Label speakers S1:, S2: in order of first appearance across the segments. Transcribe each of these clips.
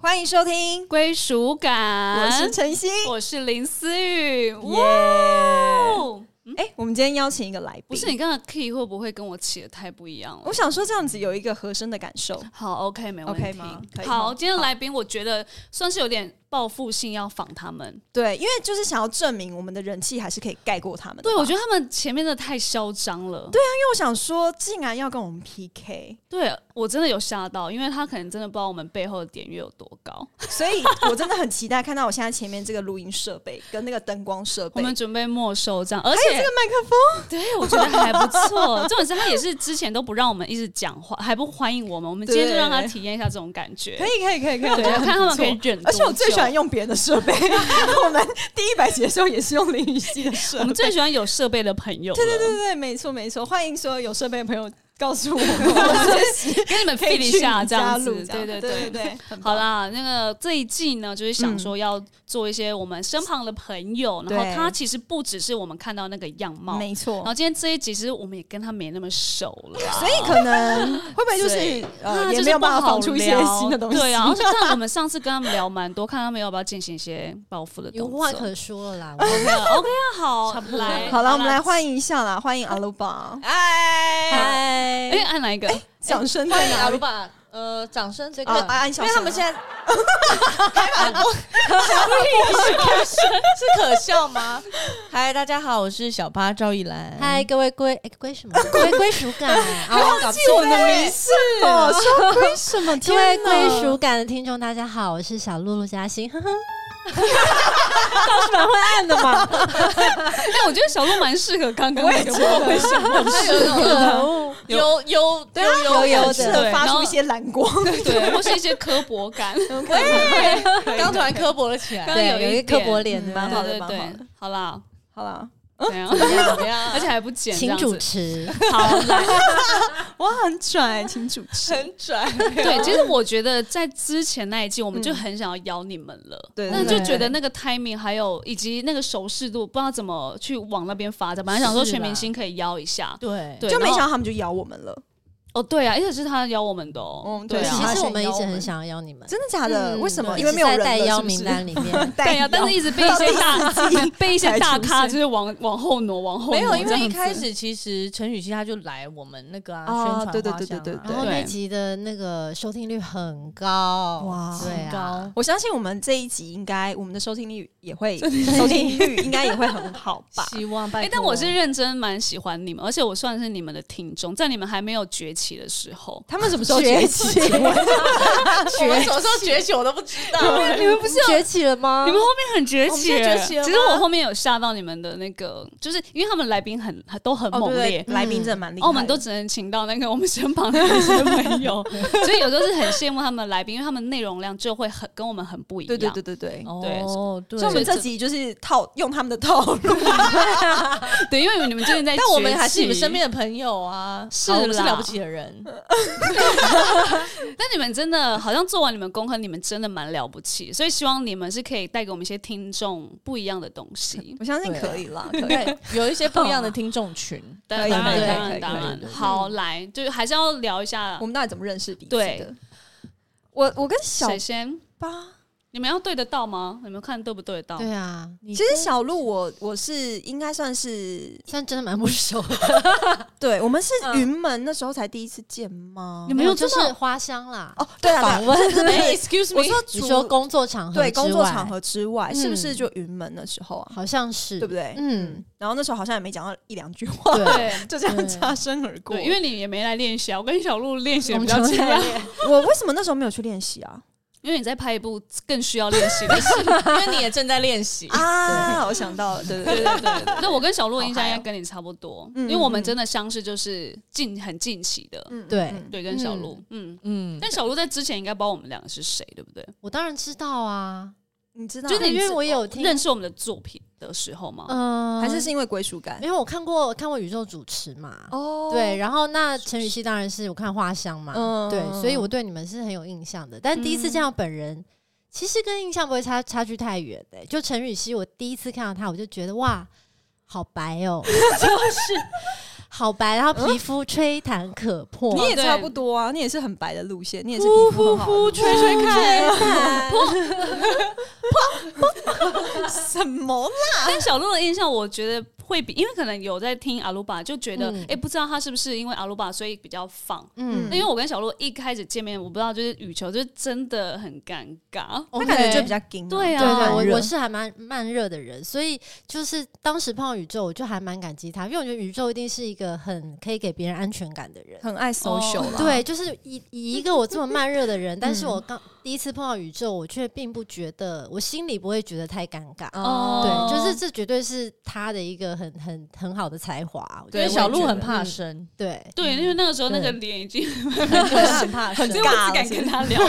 S1: 欢迎收听，
S2: 归属感。
S1: 我是陈曦。
S2: 我是林思雨。
S1: 耶
S2: 哇！哦，
S1: 哎、我们今天邀请一个来宾，
S2: 不是你刚刚 key 会不会跟我起的太不一样了
S1: 我？想说这样子有一个和声的感受。
S2: 好，OK，没问题。
S1: OK 吗可以吗
S2: 好，今天的来宾我觉得算是有点报复性要访他们。
S1: 对，因为就是想要证明我们的人气还是可以盖过他们的吧。
S2: 对，我觉
S1: 得
S2: 得他们前面的太嚣张了。
S1: 因为我想说，竟然要跟我们 PK，
S2: 对，我真的有吓到，因为他可能真的不知道我们背后的点阅有多高。
S1: 所以我真的很期待看到我现在前面这个录音设备跟那个灯光设
S2: 我
S1: 备。
S2: 们准备没收这样，而
S1: 这
S2: 且
S1: 个麦克风，
S2: 对我觉得还不 错。重点是他也是之前都不让我们一直讲话，还不欢迎我们。我们今天就让他体验一下这种感觉。
S1: 可以可以可以可以，我
S2: 对，
S1: 觉得
S2: 看他
S1: 很不
S2: 们
S1: 错
S2: 可以。忍。
S1: 而且我最喜欢，用别人的设 备。我们第一百集的时候也是用林雨熙的设备。
S2: 我们最喜欢有设备的朋友。对对
S1: 对对对，没错没错，欢迎所有有设备的朋友告诉我们，我们
S2: 对，给你们 f
S1: 可
S2: e
S1: 以
S2: e 一
S1: 去
S2: 下
S1: 你
S2: 这
S1: 家
S2: 样
S1: 录
S2: 子。
S1: 这样
S2: 对对
S1: 对
S2: 对
S1: 对，嗯
S2: 好啦，那个这一季呢，就是想说要做一些我们身旁的朋友，然
S1: 对
S2: 后他其实不只是我们看到那个样貌，
S1: 没错
S2: 然。后今天这一集其实我们也跟他没那么熟了啦，
S1: 所以可能会不会就是
S2: 那
S1: 呃，
S2: 啊就
S1: 也
S2: 是
S1: 没有办法
S2: 不好
S1: 放出一些
S2: 聊
S1: 新的东西。
S2: 对啊，而且 像我们上次跟他们聊蛮多，看他们要不要进行一些报复的
S3: 有
S2: 动
S3: 话
S2: 作。
S3: 可说了 啦。
S2: OK 啊，OK 啊，好
S3: 差不，多
S2: 来，
S1: 好了，我们来
S2: 啦。
S1: 欢迎一下啦，欢迎阿鲁巴，
S4: 哎，
S2: 哎，按哪一个？
S1: 掌声在
S4: 欢迎
S1: 哪
S3: 哎
S4: 阿鲁
S1: 里？
S4: 巴，呃，掌声这个，
S1: 啊啊按
S4: 因
S1: 小
S4: 为
S1: 声
S4: 他们现 在还蛮多，是可笑吗？嗨，大家好，我是小八赵一兰。
S3: 嗨，，各位归哎归什么？ 归归属 感，
S4: 好搞
S1: 忘记我的名字哦，说归什么？
S3: 各位
S1: 天哪
S3: 归属感的听众，大家好，我是小露露嘉欣，呵呵。倒是蛮会按的嘛，
S2: 哎，我觉得小鹿蛮适合刚刚那个，不知道为什么。
S4: 他有 那种悠悠
S1: 对啊，
S4: 悠
S1: 有
S4: 悠
S1: 有
S4: 的，
S1: 的
S2: 对
S1: 发
S2: 然
S1: 出
S2: 后
S1: 一些蓝光，
S2: 对，或是一些刻薄感。
S4: 喂，刚突然刻薄了起来，
S2: 刚刚
S3: 对，
S2: 有
S3: 有
S2: 一
S3: 一个刻
S2: 点
S3: 薄脸
S1: 蛮
S3: 的，
S1: 好
S2: 对
S1: 的
S2: 对
S1: 蛮好
S2: 对
S1: 的，
S2: 好啦，
S1: 好啦，
S2: 怎样？
S4: 怎么样
S2: 而且还不剪，这
S3: 请
S2: 样子
S3: 主持，
S2: 好 来。
S1: 我很拽，请主持。
S4: 很拽，
S2: 对，其实我觉得在之前那一季，我们就很想要邀你们了，
S1: 对
S2: 但
S1: 对
S2: 就觉得那个 timing 还有以及那个熟视度，不知道怎么去往那边发展。本来想说
S3: 是
S2: 全
S3: 啦
S2: 明星可以邀一下，
S3: 对
S2: 对，
S1: 就没
S2: 然后
S1: 想到他们就咬我们了，
S2: 哦，对啊，而且是他邀我们的哦，
S1: 嗯
S2: 对
S1: 对
S2: 啊
S3: 其，实我们一
S1: 邀
S3: 直
S1: 我们
S3: 很想要邀你们，
S1: 真的假的？
S3: 嗯
S1: 为什么？
S3: 对
S1: 因为没有
S3: 一
S1: 人
S3: 直在待
S1: 了
S3: 邀
S1: 是不是
S3: 名单里面
S2: 对呀，但是一直被一些
S1: 到
S2: 大
S1: 第四季
S2: 被一些
S1: 才
S2: 大咖
S1: 出
S2: 就是往往后挪，往后挪
S4: 没有，因
S2: 这样
S4: 为
S2: 子
S4: 一开始其实陈雨希她就来我们那个啊
S1: 哦
S4: 宣传
S1: 对对
S4: 画
S1: 对对
S4: 像啊？
S1: 对对
S3: 然后
S2: 对
S3: 那集的那个收听率很高，
S1: 哇
S3: 对啊，
S1: 我相信我们这一集应该我们的收听率也会收听率应该也会很好吧。
S4: 希望拜
S2: 哎、
S4: 托。
S2: 但 我是认真蛮喜欢你们，而且我算是你们的听众，在你们还没有崛起的时候
S1: 他们什么时候崛起？
S4: 我们什么时候崛 起我啊都不知道，
S3: 你们不是崛起了吗
S2: 你？们后面很崛
S4: 嗯我们
S2: 起
S4: 现
S2: 耶，
S4: 在崛起了
S2: 其实我
S4: 吗
S2: 后面有吓到你们的那个，就是因为他们来宾很很都很
S1: 哦，
S2: 猛烈，
S1: 对对，来宾真的蛮厉害的。
S2: 哦我们都只能请到那个我们身旁的那些朋 友，所以有时候是很羡慕他们的来宾，因为他们内容量就会很跟我们很不一样。
S1: 对对对对对。
S4: 哦，对
S1: 所以我们这集就是套用他们的套路，
S2: 对因为你们最近在崛起，
S4: 但我们还是你们身边的朋友啊，
S2: 是
S4: 好我们是
S2: 啦
S4: 了不起的人，
S2: 但你们真的好像做完你们功课，你们真的蛮了不起，所以希望你们是可以带给我们一些听众不一样的东西。
S1: 我相信
S4: 对
S1: 可以啦，可以。
S3: 啊
S4: 有一些不一 样的听众群。
S2: 当
S1: 可
S2: 然
S1: 以
S2: 当
S1: 可以
S2: 然
S1: 可以可以
S2: 当然
S1: 可以
S2: 好来，就是还是要聊一下
S1: 我们到底怎么认识彼此的
S2: 对？
S1: 我我跟小
S2: 谁先，
S1: 八，
S2: 你们要对得到吗？你们看对不对得 到？
S3: 对啊，
S4: 其
S1: 其实小鹿我我是应该算是
S3: 算真的蛮不熟的，
S1: 对，我们是云门那时候才第一次见 吗
S2: 你？们有
S3: 就
S2: 真
S3: 是
S2: 的
S3: 花香啦。
S1: 哦，对啊，
S3: 访
S1: 对啊
S3: 问
S2: 哎
S4: 没 excuse
S1: 我
S4: me，
S1: 说
S3: 你
S1: 主
S3: 说工作场合
S1: 对
S3: 之
S1: 工作
S3: 外
S1: 场合之外，是不是
S3: 嗯
S1: 就云门那时候啊？
S3: 好像是
S1: 对不对？
S3: 嗯，
S1: 然后那时候好像也没讲到一两句话，
S3: 对
S2: 对。
S1: 就这样
S3: 对
S1: 擦身而过。
S2: 对，因为你也没来练习啊。我跟小鹿练习得
S3: 我们
S2: 比较
S3: 常
S2: 勤
S3: 在
S2: 劳，
S1: 我为什么那时候没有去练习 啊？
S2: 因为你在拍一部更需要练习的 戏。
S4: 因为你也正在练习，
S1: 啊，我想到了，对 对对嗯对对对，
S2: 那我跟小鹿的印象
S1: 好嗨哦
S2: 应该跟你差不多，
S1: 嗯
S2: 因为我们真的相识就是近很近期的。
S1: 嗯
S3: 对
S1: 嗯
S2: 对，跟小鹿，嗯。
S4: 嗯，
S2: 但小鹿在之前应该不知道我们两个是谁，对不对？
S3: 我当然知道啊，
S1: 你知道，
S2: 就是
S3: 因为我有听，
S2: 认识我们的作品的时候嘛，
S3: 嗯，
S1: 还是是因为归属感
S3: 因为我看过看过宇宙主持嘛，
S1: 哦
S3: 对，，然后那陈雨希当然是我看花香嘛，
S1: 嗯
S3: 对，所以我对你们是很有印象的，但第一次见到本人。其实跟印象不会差差距太远的、就 陈雨希，我第一次看到她，我就觉得哇，好白哦，就是好白，然后皮肤吹弹可破，
S1: 嗯你也
S2: 哦对
S1: 差不多啊，你也是很白的路线，你也是
S3: 呼
S1: 皮肤
S3: 呼
S1: 很好的
S3: 呼，
S1: 路
S3: 吹
S1: 线。
S3: 吹看，
S1: 什么啦？
S2: 但小鹿的印象，我觉得会比，因为可能有在听阿鲁巴，就觉得哎、
S3: 嗯
S2: 诶不知道他是不是因为阿鲁巴所以比较放。
S3: 嗯
S2: 那因为我跟小鹿一开始见面，我不知道就是羽球，就是真的很尴尬。
S1: 他
S3: OK
S1: 感觉就比较硬啊。
S2: 对啊
S3: 对对，
S1: 慢热
S3: 我我是还蛮慢热的人，所以就是当时碰到宇宙，我就还蛮感激他，因为我觉得宇宙一定是一个很可以给别人安全感的人。
S1: 很爱 social 啦。
S3: 哦对，就是以以一个我这么慢热的人，但
S4: 嗯
S3: 是我刚第一次碰到宇宙，我却并不觉得，我心里不会觉得太尴尬。
S1: 哦，
S2: 哦
S3: 对，就是这绝对是他的一个很很很好的才华。我觉
S4: 对，
S3: 得
S4: 小鹿
S3: 我也
S4: 很
S3: 觉得
S4: 怕
S3: 嗯
S4: 生，
S3: 对，
S2: 对，因为那个时候那个
S3: 对
S2: 脸已经
S1: 很怕，
S2: 所以我只敢跟他聊。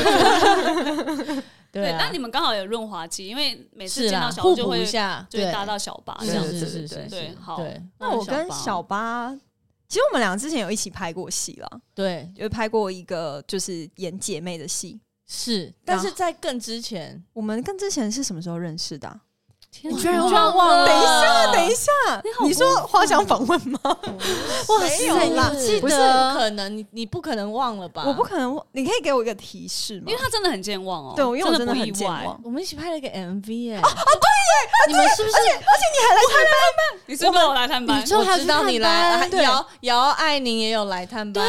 S4: 对啊，
S2: 但你们刚好有润滑剂，因为每次
S4: 是
S2: 见
S4: 啦
S2: 到，小鹿
S4: 互
S2: 就
S4: 补
S2: 会
S4: 一下，
S2: 就会
S3: 对
S2: 搭到哦小巴
S1: 是
S2: 这样。
S4: 是
S1: 子
S4: 是是
S1: 对
S4: 是，
S2: 对
S4: 是
S2: 好
S4: 对
S1: 那我跟小八，其实我们俩之前有一起拍过戏啦，
S4: 对
S1: 有拍过一个就是演姐妹的戏。
S4: 是，
S1: 然
S4: 但
S1: 后
S4: 是在更之前，
S1: 我们跟之前是什么时候认识的啊？
S2: 天
S4: 你
S2: 哪
S4: 居然
S2: 我
S4: 忘了
S1: 等一下，等一下，
S2: 呃好
S1: 你说花香访问吗？
S3: 哇
S1: 没
S3: 塞，
S1: 有
S3: 你
S1: 啦
S3: 不记
S4: 不是
S3: 得？
S4: 可能你你不可能忘了吧？
S1: 我不可能忘，你可以给我一个提示吗
S2: 因为？他真的很健忘哦。
S1: 对，因为我真的
S2: 不
S1: 很
S2: 意
S1: 健
S2: 外。
S1: 忘。
S4: 我们一起拍了一个 MV 哎、
S3: 你们是不是
S2: 你是不是有来探班？
S3: 宇宙
S4: 我
S3: 还有
S4: 知
S3: 去
S4: 道
S3: 探
S4: 你来，
S3: 班
S4: 啊姚姚爱宁也有来探班，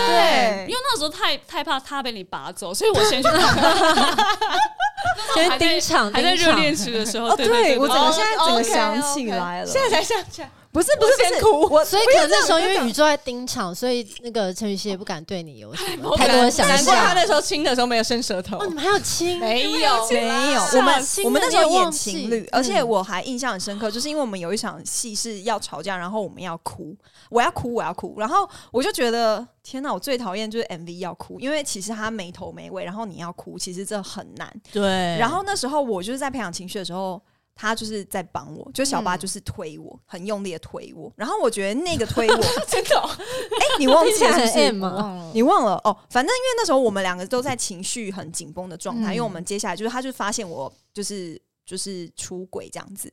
S2: 因为那时候太太怕他被你拔走，所以我先去看。
S3: 觉
S2: 还在
S3: 得盯场
S2: 还在
S3: 盯
S2: 热
S3: 场？
S2: 恋期的时候，
S1: 哦，
S2: 对对，
S1: 我
S2: 对
S1: 整个
S4: 哦
S1: 现在整个
S4: OK，OK
S1: 想起来了，
S4: 现在才想起来，
S1: 不是不是不是哭，
S3: 所以可能那时候因为宇宙在盯场，所以那个陈雨希也不敢对你有什 么太多的想
S4: 难怪他
S3: 象。
S4: 那时候亲的时候没有伸舌头
S3: 哦，，你们还有亲？
S4: 没有
S1: 没有，
S3: 吓
S1: 我们
S3: 死
S1: 我们那
S3: 了
S1: 时候
S3: 你也
S1: 演
S3: 忘记
S1: 情侣
S3: 嗯，
S1: 而且我还印象很深刻，就是因为我们有一场戏是要吵架，然后我们要哭，我要哭，我要哭，然后我就觉得天哪，我最讨厌就是 MV 要哭，因为其实他没头没尾，然后你要哭，其实这很难。
S4: 对
S1: 然后那时候我就是在培养情绪的时候。他就是在帮我，就小八
S3: 嗯
S1: 就是推我，很用力的推我。然后我觉得那个推 我，哎、
S4: 真的哦
S1: 你忘
S3: 听
S1: 记
S3: 起
S1: 了
S3: 来
S1: 是
S3: 很
S1: 不是
S3: M 啊，
S4: 忘了，
S1: 你忘了哦，反正因为那时候我们两个都在情绪很紧绷的状态，
S3: 嗯
S1: 因为我们接下来就是他就发现我就是就是出轨这样子，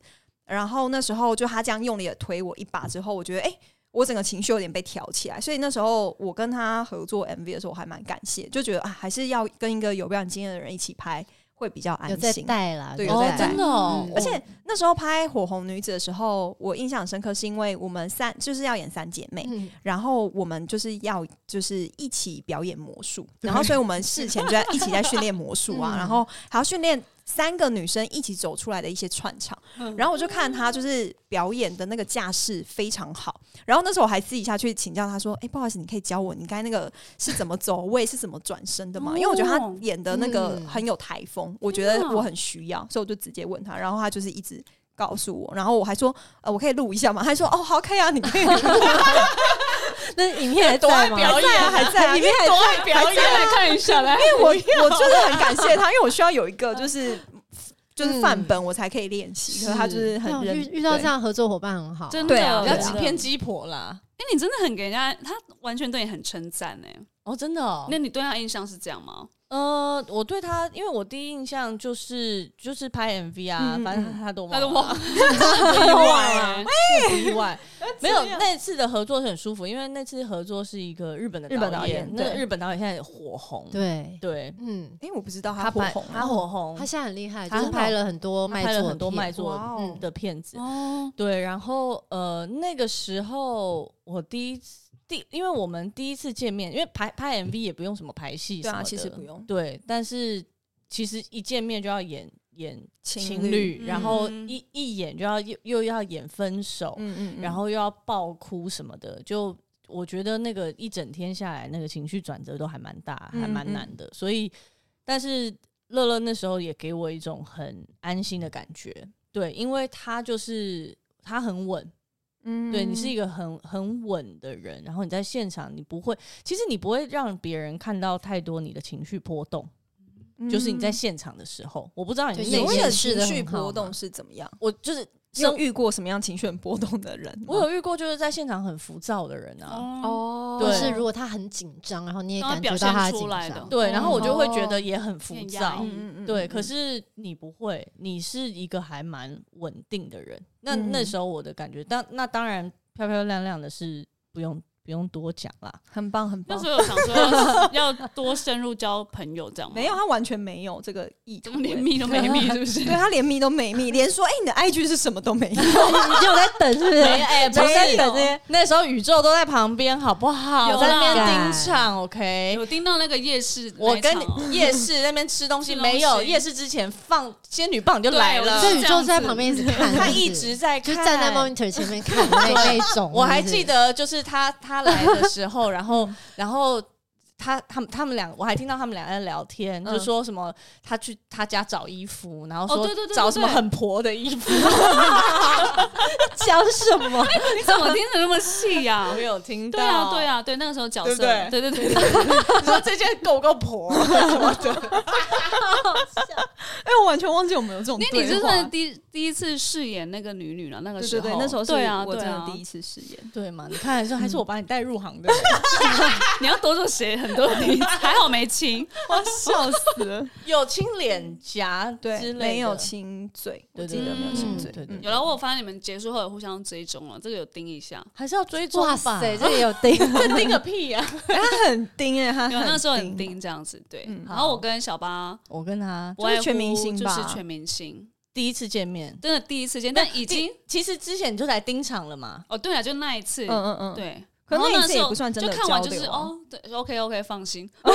S1: 然后那时候就他这样用力的推我一把之后，我觉得哎、诶我整个情绪有点被挑起来，所以那时候我跟他合作 MV 的时候，我还蛮感谢，就觉得啊，还是要跟一个有表演经验的人一起拍会比较
S3: 有
S1: 安
S3: 在
S1: 心。
S3: 带啦，
S1: 对有
S3: 在
S4: 哦
S1: 在，带
S4: 真的哦
S3: 嗯，
S1: 而且那时候拍《火红女子》的时候，我印象很深刻，是因为我们三就是要演三姐妹，
S3: 嗯
S1: 然后我们就是要就是一起表演魔术，然后所以我们事前就在一起在训练魔术 啊，
S3: 嗯
S1: 然后还要训练三个女生一起走出来的一些串场。
S2: 嗯
S1: 然后我就看她就是表演的那个架势非常好，然后那时候我还私底下去请教她说：“哎、不好意思，你可以教我你该那个是怎么走位，是怎么转身的吗？”
S2: 哦
S1: 因为我觉得她演的那个
S3: 嗯
S1: 很有台风，我觉
S2: 天
S1: 得
S2: 哪
S1: 我很需要，所以我就直接问她，然后她就是一直。告诉我，然后我还说，呃，我可以录一下吗？她说，哦，好，可以啊，你可以录。
S3: 那影片还在
S4: 嗯
S3: 吗？
S1: 还在啊，还在 啊，因为
S2: 多爱表演，来看一下来。
S1: 因为我我就是很感谢他，因为我需要有一个就是就是范本，我才可以练习。可是他就是
S3: 对啊
S1: 很认
S3: 遇遇到这
S1: 对
S3: 样合作伙伴很好啊，
S2: 真的，
S1: 对啊
S4: 不
S2: 哎、
S4: 要
S3: 对啊
S4: 偏鸡婆啦。
S2: 你真的很给人家，他完全对你很称赞哎。
S4: 哦，真的哦
S2: 那你对他印象是这样吗？
S4: 呃，我对他，因为我第一印象就是就是拍 MV 啊，
S1: 嗯嗯
S4: 反正他都忘了
S2: 他都忘了，
S4: 不意外啊，
S2: 哎
S4: 不意 外。没有那次的合作是很舒服，因为那次合作是一个日本的
S1: 日本导演
S4: 那个
S1: 对
S4: 日本导演现在火红，
S3: 对，
S4: 对，
S3: 嗯，
S1: 哎，我不知道他
S4: 他
S1: 火
S4: 拍
S1: 红啊，
S4: 他火红，
S3: 他现在很厉害，
S4: 他
S3: 就是
S4: 很好
S3: 拍了很多
S4: 他
S3: 卖
S4: 拍
S3: 座
S4: 了
S3: 的
S4: 很多
S3: 片
S4: 卖座
S1: 哇哦
S4: 的片子，
S2: 哦，
S4: 对，然后呃，那个时候我第一次第，因为我们第一次见面，因为拍拍 MV 也不用什么排戏，
S1: 对啊，其实不，用
S4: 对，但是其实一见面就要演演情
S1: 侣，
S4: 侣，然后
S2: 嗯
S4: 一一演就要又又要演分手，
S1: 嗯嗯嗯
S4: 然后又要爆哭什么的，就我觉得那个一整天下来，那个情绪转折都还蛮大，还蛮
S1: 嗯嗯
S4: 难的。所以，但是乐乐那时候也给我一种很安心的感觉，对，因为他就是他很稳，
S1: 嗯
S4: 对你是一个很很稳的人，然后你在现场你不会，其实你不会让别人看到太多你的情绪波动，
S1: 嗯
S4: 就是你在现场的时候，我不知道你
S3: 对
S4: 内
S1: 所
S3: 所
S1: 谓
S3: 谓
S4: 心
S1: 的
S3: 的，
S1: 情
S3: 情
S1: 绪
S3: 绪
S1: 波
S3: 波
S1: 动
S3: 动
S1: 是怎么样？
S4: 我就是
S1: 你有
S4: 生。
S1: 遇过什么样情绪很波动的人吗？
S4: 我有遇过，就是在现场很浮躁的人啊，
S2: 哦，
S1: 嗯哦
S4: 对
S3: 就是如果他很紧张，然后你也
S2: 然后
S3: 感
S2: 表
S3: 觉到他
S2: 现
S3: 紧
S2: 出来的
S3: 张，
S4: 对，然后我就会觉
S1: 哦
S4: 得也很浮
S2: 很压
S4: 躁
S2: 抑。
S1: 嗯
S4: 对，可是你不会，你是一个还蛮稳定的人。那、
S1: 嗯
S4: 那时候我的感觉，当那当然漂漂亮亮的是不用不用多讲啦。
S1: 很棒很
S2: 那
S1: 棒
S2: 时。候有想说要 多深入交朋友，这样吗？
S1: 没有，，他完全没有这个意
S2: 怎
S1: 图、
S2: 么连
S1: 欸
S2: 密都没密，是不是？
S1: 对他啊连密都没密，连说哎、你的 IG 是什么都没有。
S4: 你有在等是不是？
S3: 没
S4: 哎，不
S3: 没
S4: 是在等
S3: 有
S4: 这些，那时候宇宙都在旁边，好不好？
S2: 有
S4: 在那
S2: 啦
S4: 边盯场，OK。
S2: 有哎听到那个夜市那
S4: 我
S2: 一
S4: 跟
S2: 场哦，
S4: 你夜市那边吃东
S2: 吃
S4: 西
S2: 东
S4: 没有？
S2: 西
S4: 夜市之前放仙女棒你就
S2: 对
S4: 来
S2: 我
S4: 了
S2: 知道
S3: 所以宇宙在旁边一直看，
S4: 他
S3: 是不是
S4: 一直在
S3: 就
S4: 看，
S3: 站在 monitor 前面看的那那一种。
S4: 我还
S3: 是不是哎
S4: 记，得，就是他他来的时候，然 后然后他他们他们俩，我还听到他们俩在聊天，
S1: 嗯
S4: 就说什么他去他家找衣服，然后
S2: 哦
S4: 说
S2: 对对对对
S4: 找什么
S2: 对
S4: 很婆的衣 服，
S3: 讲什么？
S2: 你怎么听得那么细呀、
S4: 我有听到，
S2: 对啊，对，啊，对，那个时候角色，
S4: 对不
S2: 对对对对，
S4: 说这件够不够婆什么的，
S1: 哎、我完全忘记我们有这种
S2: 因
S1: 对
S2: 为你是
S1: 话
S2: 算第第一次饰演那个女女了，那个
S1: 对
S2: 时
S1: 对
S2: 候，
S1: 对，那时候是
S2: 对啊，
S1: 我
S2: 对
S1: 真的
S2: 啊，
S1: 第一次试演。
S4: 对嘛？你看，说还是我把你带入行的，
S2: 你要多做谁很多第一次，还好没亲，
S1: 我笑死了。
S4: 有亲脸颊之
S1: 对，
S4: 类的，
S1: 没有亲嘴，我
S4: 对，
S1: 记
S4: 对
S1: 得
S4: 对
S1: 没有
S4: 对
S1: 亲
S4: 嗯
S1: 嘴。
S4: 对对
S1: 嗯
S4: 对，
S2: 有了，我有发现你们结束后有互相追踪了，这个有盯一下，
S4: 还是要追踪
S3: 哇
S4: 吧，
S3: 塞，这也有盯，
S4: 这定个屁啊呀！
S1: 他很盯哎，他
S2: 因为那时候很
S1: 盯，
S2: 盯这样子，对
S1: 嗯。
S2: 然后
S4: 好
S2: 我跟小八
S4: 我跟他
S2: 不外乎
S1: 全明星
S2: 就
S1: 吧
S2: 是全明星，
S4: 第一次见面，
S2: 真的第一次见，但已经
S4: 第其实之前你就来盯场了嘛，
S2: 哦，对啊，就那一次
S1: 嗯，嗯嗯，。
S2: 对。
S1: 可
S2: 然后
S1: 那一
S2: 时
S1: 次也
S2: 候
S1: 不算真
S2: 就
S1: 的
S2: 看完
S1: 交
S2: 就是
S1: 流啊
S2: 哦，对，OK OK，放心，
S4: 啊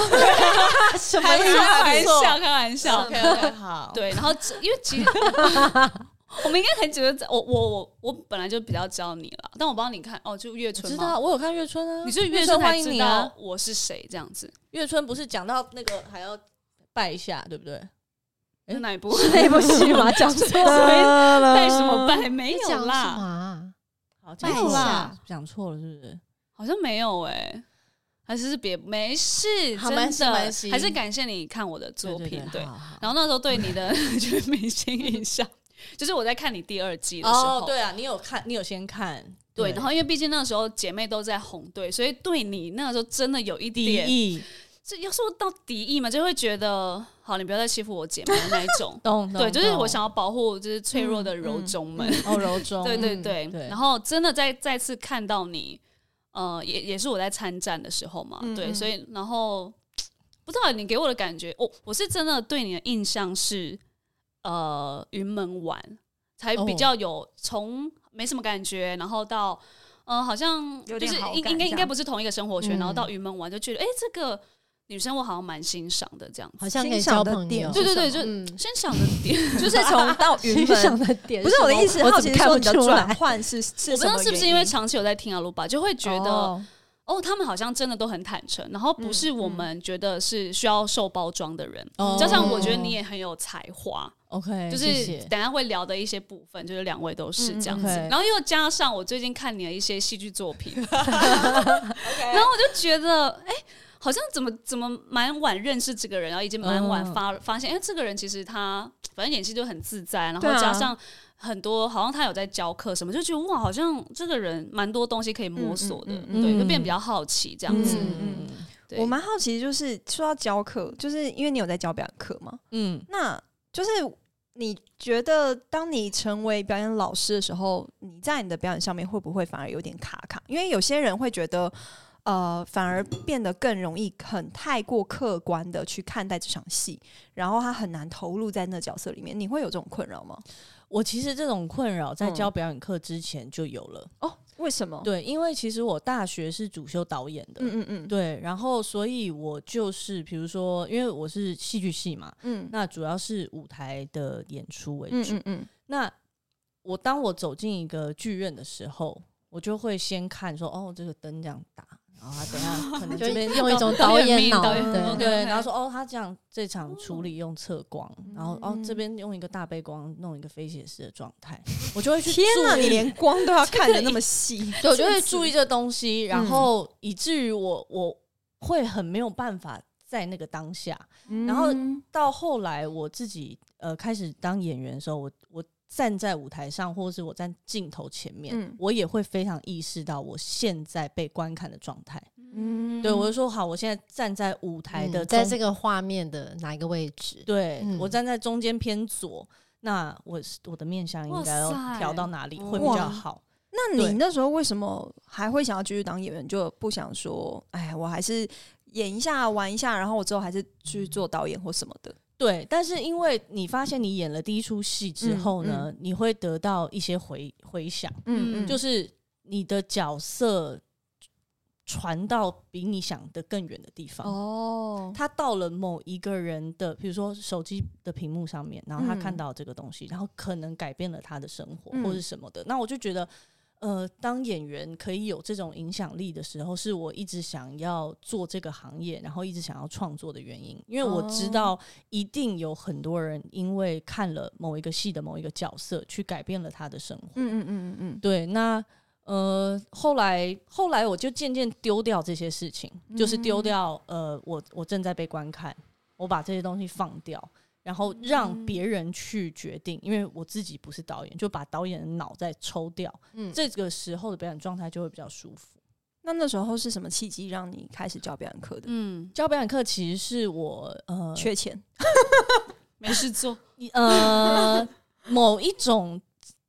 S4: 什
S2: 开
S4: 还
S2: 玩
S4: 不错
S2: 笑，开玩笑，
S4: OK OK 好，
S2: 对，然后这因为 其实我们应该很久就在，我我我我本来就比较教你了，但我帮你看哦，就月
S4: 我
S2: 春
S4: 知
S2: 嘛，
S4: 道我有看月春啊，
S2: 你是月
S4: 春
S2: 春
S4: 欢
S2: 才
S4: 迎
S2: 知
S4: 你啊
S2: 道，我是谁这样子，
S4: 月春不是讲到那个还要拜一下，对不对？诶
S2: 是哪一部？
S3: 那部 戏吗？讲错
S2: 拜拜什么拜？没
S3: 你
S2: 有
S3: 讲什么
S2: 啦，
S3: 啊？
S4: 好，
S3: 拜一
S4: 讲错了
S3: 下，
S4: 讲错了是不是？
S2: 好像没有哎。还是是别没事，
S4: 好
S2: 真
S4: 没事没
S2: 的
S4: 事
S2: 还是感谢你看我的作品，对。
S4: 好好
S2: 然后那时候对你 的就是明星印象，就是我在看你第二季的时候，
S4: 哦，对啊，你有看，你有先看，
S2: 对，然后因为毕竟那时候姐妹都在红队，所以对你那个时候真的有一
S4: 敌
S2: 点
S4: 意，。
S2: 这要说到敌意嘛，就会觉得好，你不要再欺负我姐妹的那一种
S4: 懂
S2: 对，就是我想要保护就是脆弱的柔中们。
S4: 哦，柔中，
S2: 对对
S3: 嗯
S2: 对，
S4: 对
S2: 然后真的再再次看到你，呃，也也是我在参战的时候嘛，
S1: 嗯
S2: 对，
S1: 嗯
S2: 所以然后不知道你给我的感觉，哦，我是真的对你的印象是呃云门玩才
S4: 哦
S2: 比较有从没什么感觉，然后到。嗯、好像
S1: 有
S2: 就
S1: 点
S2: 是
S1: 好
S2: 应
S1: 感
S2: 应该应
S1: 这
S2: 该
S1: 样
S2: 不是同一个生活圈，
S3: 嗯
S2: 然后到云门玩就觉得，哎、这个女生我好像蛮欣赏的这样子。
S3: 好像可以交朋友。
S2: 对对对，
S1: 是什
S2: 就
S3: 嗯，
S2: 欣赏的点，
S1: 就是从到云门，
S3: 的点
S1: 不是我的意思，好奇是说你的转
S3: 来。
S1: 换 是 是
S2: 我不
S1: 什
S2: 知道
S1: 么
S2: 是不是
S1: 原
S2: 因为长期有在听阿鲁巴，就会觉得
S1: 哦
S2: 哦，他们好像真的都很坦诚，然后
S4: 嗯
S2: 不是我们觉得是需要受包装的人。
S4: 哦
S2: 加上我觉得你也很有才华，
S4: OK，
S2: 就
S4: 谢
S2: 是
S4: 谢
S2: 等一下会聊的一些部分，就是两位都是这样子。
S4: 嗯嗯，OK
S2: 然后又加上我最近看你的一些戏剧作品，然后我就觉得，哎、好像怎么怎么蛮晚认识这个人，然后已经蛮晚发、发现，哎、这个人其实他反正演戏就很自在，然后
S1: 对啊
S2: 加上很多好像他有在教课什么，就觉得哇，好像这个人蛮多东西可以摸索的，
S1: 嗯
S4: 嗯嗯
S2: 对，
S4: 嗯
S2: 就变得比较好奇这样子。
S1: 嗯嗯
S2: 对
S1: 我蛮好奇，就是说到教课，就是因为你有在教表演课嘛，
S4: 嗯，
S1: 那就是你觉得当你成为表演老师的时候，你在你的表演上面会不会反而有点卡卡？因为有些人会觉得，呃，反而变得更容易很太过客观的去看待这场戏，然后他很难投入在那角色里面。你会有这种困扰吗？
S4: 我其实这种困扰在
S1: 嗯
S4: 教表演课之前就有了，
S1: 哦，为什么？
S4: 对，因为其实我大学是主修导演的，
S1: 嗯嗯嗯，
S4: 对，然后所以我就是比如说，因为我是戏剧系嘛，
S1: 嗯，
S4: 那主要是舞台的演出为
S1: 嗯
S4: 主。
S1: 嗯嗯，
S4: 那我当我走进一个剧院的时候，我就会先看说，哦，这个灯这样打，然后他等一下 可能
S3: 就
S4: 这边
S3: 用一种导演脑，
S2: 导演命导演
S3: 对，
S4: 对，
S2: OK
S4: 然后说哦，他这样这场处理用侧光，然后哦
S1: 嗯
S4: 这边用一个大背光弄一个非写实的状态，我就会去
S1: 天哪，
S4: 注意
S1: 你连光 都要看得那么细，
S4: 对，我就 会注意这东西，然后以至于我我会很没有办法在那个当下。然后
S1: 嗯
S4: 到后来我自己呃开始当演员的时候，我我站在舞台上，或是我站镜头前面，
S1: 嗯
S4: 我也会非常意识到我现在被观看的状态。
S1: 嗯
S4: 对我就说好，我现在站在舞台
S3: 嗯
S4: 的中、
S3: 在这个画面的哪一个位置？
S4: 对、
S3: 嗯
S4: 我站在中间偏左，那我我的面相应该要
S2: 哇塞
S4: 调到哪里会比
S1: 哇
S4: 较好？
S1: 那
S4: 对
S1: 你那时候为什么还会想要继续当演员？就不想说，哎，我还是演一下玩一下，然后我之后还是去做导演或什么的。
S4: 对，但是因为你发现你演了第一出戏之后呢，你会得到一些回回响，
S2: 嗯嗯
S4: 就是你的角色传到比你想的更远的地方。
S2: 哦，
S4: 他到了某一个人的，比如说手机的屏幕上面，然后他
S1: 嗯
S4: 看到这个东西，然后可能改变了他的生活
S1: 嗯
S4: 或是什么的。那我就觉得，呃，当演员可以有这种影响力的时候，是我一直想要做这个行业，然后一直想要创作的原因。因为我知
S1: 哦
S4: 道，一定有很多人因为看了某一个戏的某一个角色，去改变了他的生活。
S1: 嗯嗯嗯嗯
S4: 对，那呃，后来后来我就渐渐丢掉这些事情，就是丢掉呃，我我正在被观看，我把这些东西放掉，然后让别人去决定，因为我自己不是导演，就把导演的脑袋抽掉，
S3: 嗯，
S4: 这个时候的表演状态就会比较舒服。
S1: 那那时候是什么契机让你开始教表演课的？
S2: 嗯，
S4: 教表演课其实是我呃
S1: 缺钱，
S2: 没事做，
S4: 一呃某一种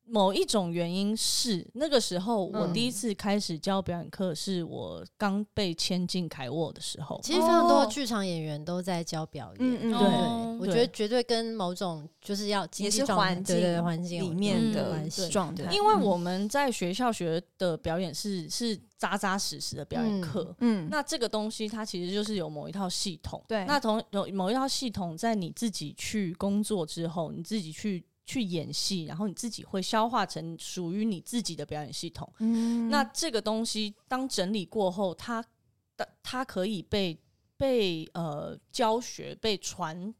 S4: 某一种原因是那个时候我
S3: 嗯
S4: 第一次开始教表演课，是我刚被签进凯沃的时候。
S3: 其实非常多
S1: 哦
S3: 剧场演员都在教表演，
S1: 嗯嗯
S4: 对
S3: 对，
S2: 哦
S3: 我
S4: 对
S3: 觉得绝对跟某种就是要经
S1: 也
S3: 济
S1: 是
S3: 状态
S1: 环
S3: 对对对
S1: 境
S3: 环境
S1: 里
S3: 有
S1: 面
S3: 有
S1: 的嗯
S3: 关系
S4: 对
S1: 状态，
S4: 因为我们在学校学的表演是是扎扎实实的表演
S3: 嗯
S4: 课，
S1: 嗯
S4: 那这个东西它其实就是有某一套系统，
S1: 对
S4: 那同有某一套系统，在你自己去工作之后，你自己去去演戏，然后你自己会消化成属于你自己的表演系统。
S1: 嗯
S4: 那这个东西当整理过后，它它它可以被被呃教学被传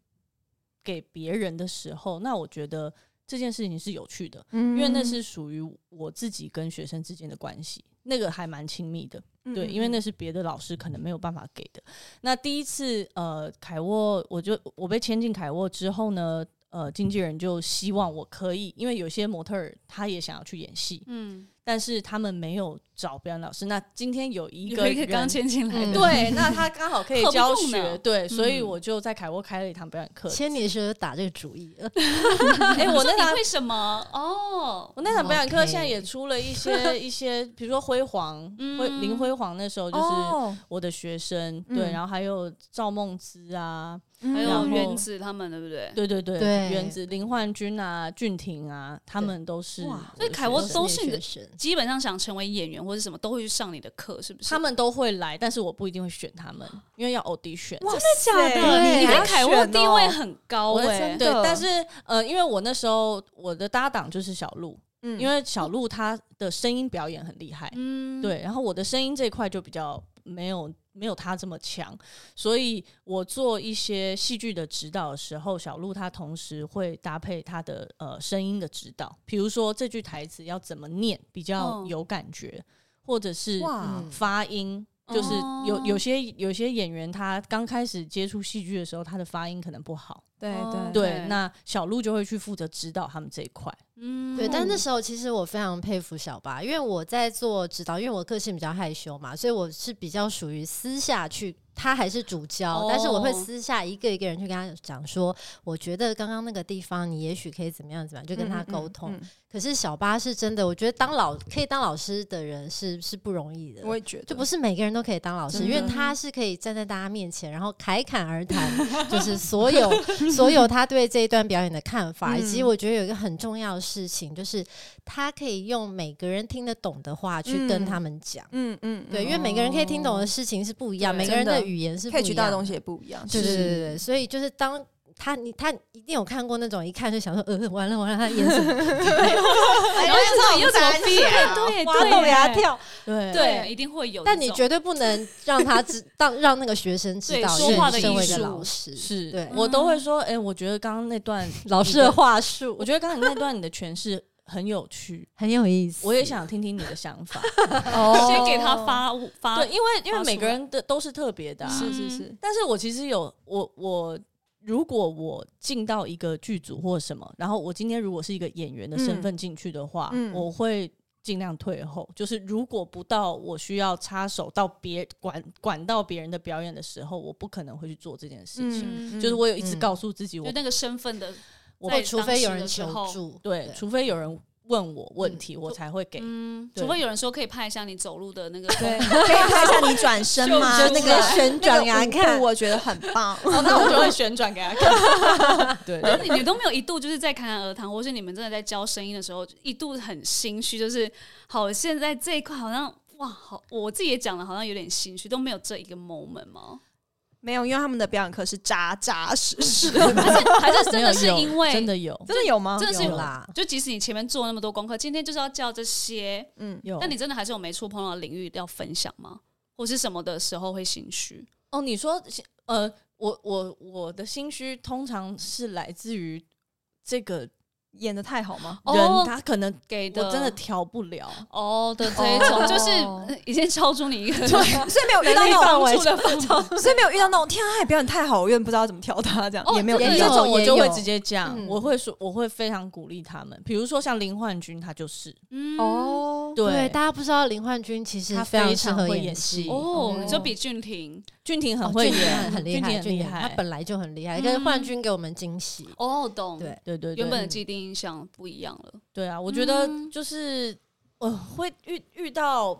S4: 给别人的时候，那我觉得这件事情是有趣的，
S1: 因
S4: 因为那是属于我自己跟学生之间的关系，那个还蛮亲密的。
S1: 嗯
S4: 对，因为那是别的老师可能没有办法给的。那第一次呃，凯沃，我就我被签进凯沃之后呢，呃，经纪人就希望我可以，因为有些模特儿他也想要去演戏，
S2: 嗯，
S4: 但是他们没有找表演老师。那今天有一
S2: 有
S4: 个
S2: 一个刚
S4: 人哎
S2: 签进来
S3: 嗯
S2: 的，
S4: 对，那他刚好可以
S2: 合不
S4: 教
S2: 动呢
S4: 学，对，所以
S1: 嗯
S4: 我就在凯沃开了一堂表演课。
S3: 签你的时候就打这个主意呃了，
S4: 哎、我
S2: 说
S4: 那
S2: 你
S4: 堂
S2: 为什么？哦，
S4: 我那场表演课
S3: OK
S4: 现在也出了一些一些，比如说辉煌，
S2: 嗯
S4: 辉林辉煌那时候就是
S1: 哦，
S4: 我的学生，
S1: 嗯
S4: 对，然后还有赵梦姿啊，
S2: 还
S1: 还
S4: 然
S2: 有
S4: 后
S2: 原子他们，对不对？
S4: 对对对，
S3: 对
S4: 原子林焕君啊、俊廷啊，他们都是我的学
S1: 哇
S4: 生，
S2: 所以凯沃都是你的
S3: 学生，
S2: 基本上想成为演员或者什么，都会去上你的课，是不是？
S4: 他们都会来，但是我不一定会选他们，因为要 audition。
S1: 哇，真
S3: 假的对
S2: 你
S3: 还
S2: 在
S3: 要哦
S2: 凯沃地
S1: 哦
S2: 位很高
S4: 我
S2: 哎、
S1: 真的
S4: 对，但是呃，因为我那时候我的搭档就是小鹿，
S1: 嗯
S4: 因为小鹿她的声音表演很厉害，
S2: 嗯，
S4: 对，然后我的声音这一块就比较没有没有他这么强，所以我做一些戏剧的指导的时候，小鹿他同时会搭配他的呃声音的指导，比如说这句台词要怎么念比较
S2: 哦
S4: 有感觉，或者是
S1: 嗯哇
S3: 嗯
S4: 发音。就是有
S2: 哦
S4: 有些有些演员，他刚开始接触戏剧的时候，他的发音可能不好。
S1: 对
S2: 哦
S1: 对，
S4: 对
S2: 对，
S4: 那小鹿就会去负责指导他们这一块。
S2: 嗯，
S3: 对，但那时候其实我非常佩服小八，因为我在做指导，因为我个性比较害羞嘛，所以我是比较属于私下去。他还是主教，
S2: 哦
S3: 但是我会私下一个一个人去跟他讲说，我觉得刚刚那个地方你也许可以怎么样怎么样，就跟他沟通。
S1: 嗯嗯
S3: 可是小八是真的，我觉得当老可以当老师的人是是不容易的
S1: 嗯，我也觉得
S3: 就不是每个人都可以当老师，
S4: 真
S3: 因
S4: 的
S3: 为他是可以站在大家面前，然后侃侃而谈，就是所有所有他对这一段表演的看法，
S1: 嗯
S3: 以及我觉得有一个很重要的事情，就是他可以用每个人听得懂的话去跟
S1: 嗯
S3: 他们讲。
S1: 嗯嗯，
S3: 对，因为每个人可以听懂的事情是不一样，
S2: 对
S3: 每个人的
S1: 真的
S3: 语言是不
S1: 可以
S3: 一
S1: 取
S3: 样
S1: 到
S3: 的
S1: 的东西也不一样，
S3: 对对
S1: 嗯是
S3: 对对对，所以就是当他你他一定有看过那种一看就想说，呃，完了完了，他演什么？
S2: 然后
S1: 这种
S2: 又怎么
S1: 宅
S2: 避啊？对
S3: 挖
S2: 对，
S3: 洞给他跳。
S4: 对
S2: 对，一定会有这种。
S3: 但你绝对不能让他知， 让让那个学生知
S2: 对
S3: 道，
S2: 说
S3: 因为
S2: 话
S3: 你
S2: 的
S3: 身
S2: 艺
S3: 为一个
S2: 术
S3: 老师
S4: 是
S3: 对
S4: 我都会说，哎、我觉得刚刚那段
S3: 嗯 老师的话术，
S4: 我觉得刚才那段你的诠释很有趣，
S3: 很有意思。
S4: 我也想听听你的 想法。
S1: 哦
S2: 先给他发发
S4: 对，，因为因为
S2: 发
S4: 每
S2: 出
S4: 个
S2: 来
S4: 人的都是特别的、啊，
S1: 是
S2: 嗯
S1: 是是，
S4: 但是我其实有我我。如果我进到一个剧组或什么，然后我今天如果是一个演员的身份进去的话，
S1: 嗯嗯
S4: 我会尽量退后。就是如果不到我需要插手到别管管到别人的表演的时候，我不可能会去做这件事情。
S2: 嗯
S4: 就是我有一直
S3: 嗯
S4: 告诉自己，
S2: 就
S4: 我
S2: 那个身份的，
S4: 我
S2: 在
S3: 除非有人
S2: 当时的时
S3: 求
S2: 候
S3: 助，
S4: 对，除非有人问我问题，我才会给。
S2: 嗯，
S4: 对
S2: 除非有人说可以拍一下你走路的那个，
S1: 对， 可以拍一下你转 身吗？
S4: 秀
S1: 那
S4: 出来
S1: 个
S3: 旋转给他
S1: 那个舞
S3: 看
S1: 步啊我觉得很棒。
S4: 哦，那我就会旋转给他看。 对，
S2: 但是你都没有一度就是在侃侃而谈，或是你们真的在教声音的时候，一度很心虚，就是好现在这一块好像哇，好我自己也讲了，好像有点心虚，都没有这一个 moment 吗？
S1: 没有，因为他们的表演课是扎扎实实，
S2: 还是还是真
S4: 没
S2: 的
S4: 有
S2: 是
S4: 有
S2: 因为
S4: 真的有
S1: 真的有吗？
S2: 真的是
S3: 有啦，
S2: 就即使你前面做了那么多功课，今天就是要教这些，
S1: 嗯，
S4: 有。
S2: 但你真的还是有没触碰到的领域要分享吗？或是什么的时候会心虚？
S4: 哦，你说呃，我我我的心虚通常是来自于这个人，
S1: 演的太好 吗？
S2: 哦
S4: 他可能
S2: 给
S4: 我
S2: 的
S4: 真的调不了。
S2: 哦的这一种，
S3: 哦
S2: 就是呃已经超出你一 个
S1: 所以没有遇到那
S4: 范围
S1: 种，所以没有遇到那种天啊，他也表演太好，我有点不知道怎么挑他，这样
S2: 哦
S1: 也没有遇
S3: 也
S1: 到。
S4: 这
S3: 有
S4: 种我就
S3: 也
S4: 会
S3: 有
S4: 直接讲，
S3: 嗯
S4: 我会说，我会非常鼓励他们。比如说像林焕君，他就是
S2: 嗯
S1: 哦，
S3: 对，
S4: 对，
S3: 大家不知道林焕君其实
S4: 他
S3: 非常
S4: 非
S3: 适
S4: 常
S3: 合
S4: 会
S3: 演
S4: 演
S3: 戏
S4: 戏
S2: 哦，
S1: 嗯
S2: 就比俊廷
S4: 俊廷很
S3: 哦
S4: 会
S3: 俊
S4: 演，
S3: 很厉
S4: 俊
S3: 害，
S4: 廷
S3: 俊
S4: 很厉
S3: 廷他
S4: 害。
S3: 本来就很厉害，
S2: 嗯
S3: 但是焕君给我们惊喜。
S2: 哦，懂
S3: 对，
S4: 对对对，嗯
S2: 原本的既定印象不一样了。
S4: 对啊，我觉得
S2: 嗯
S4: 就是我会遇遇到，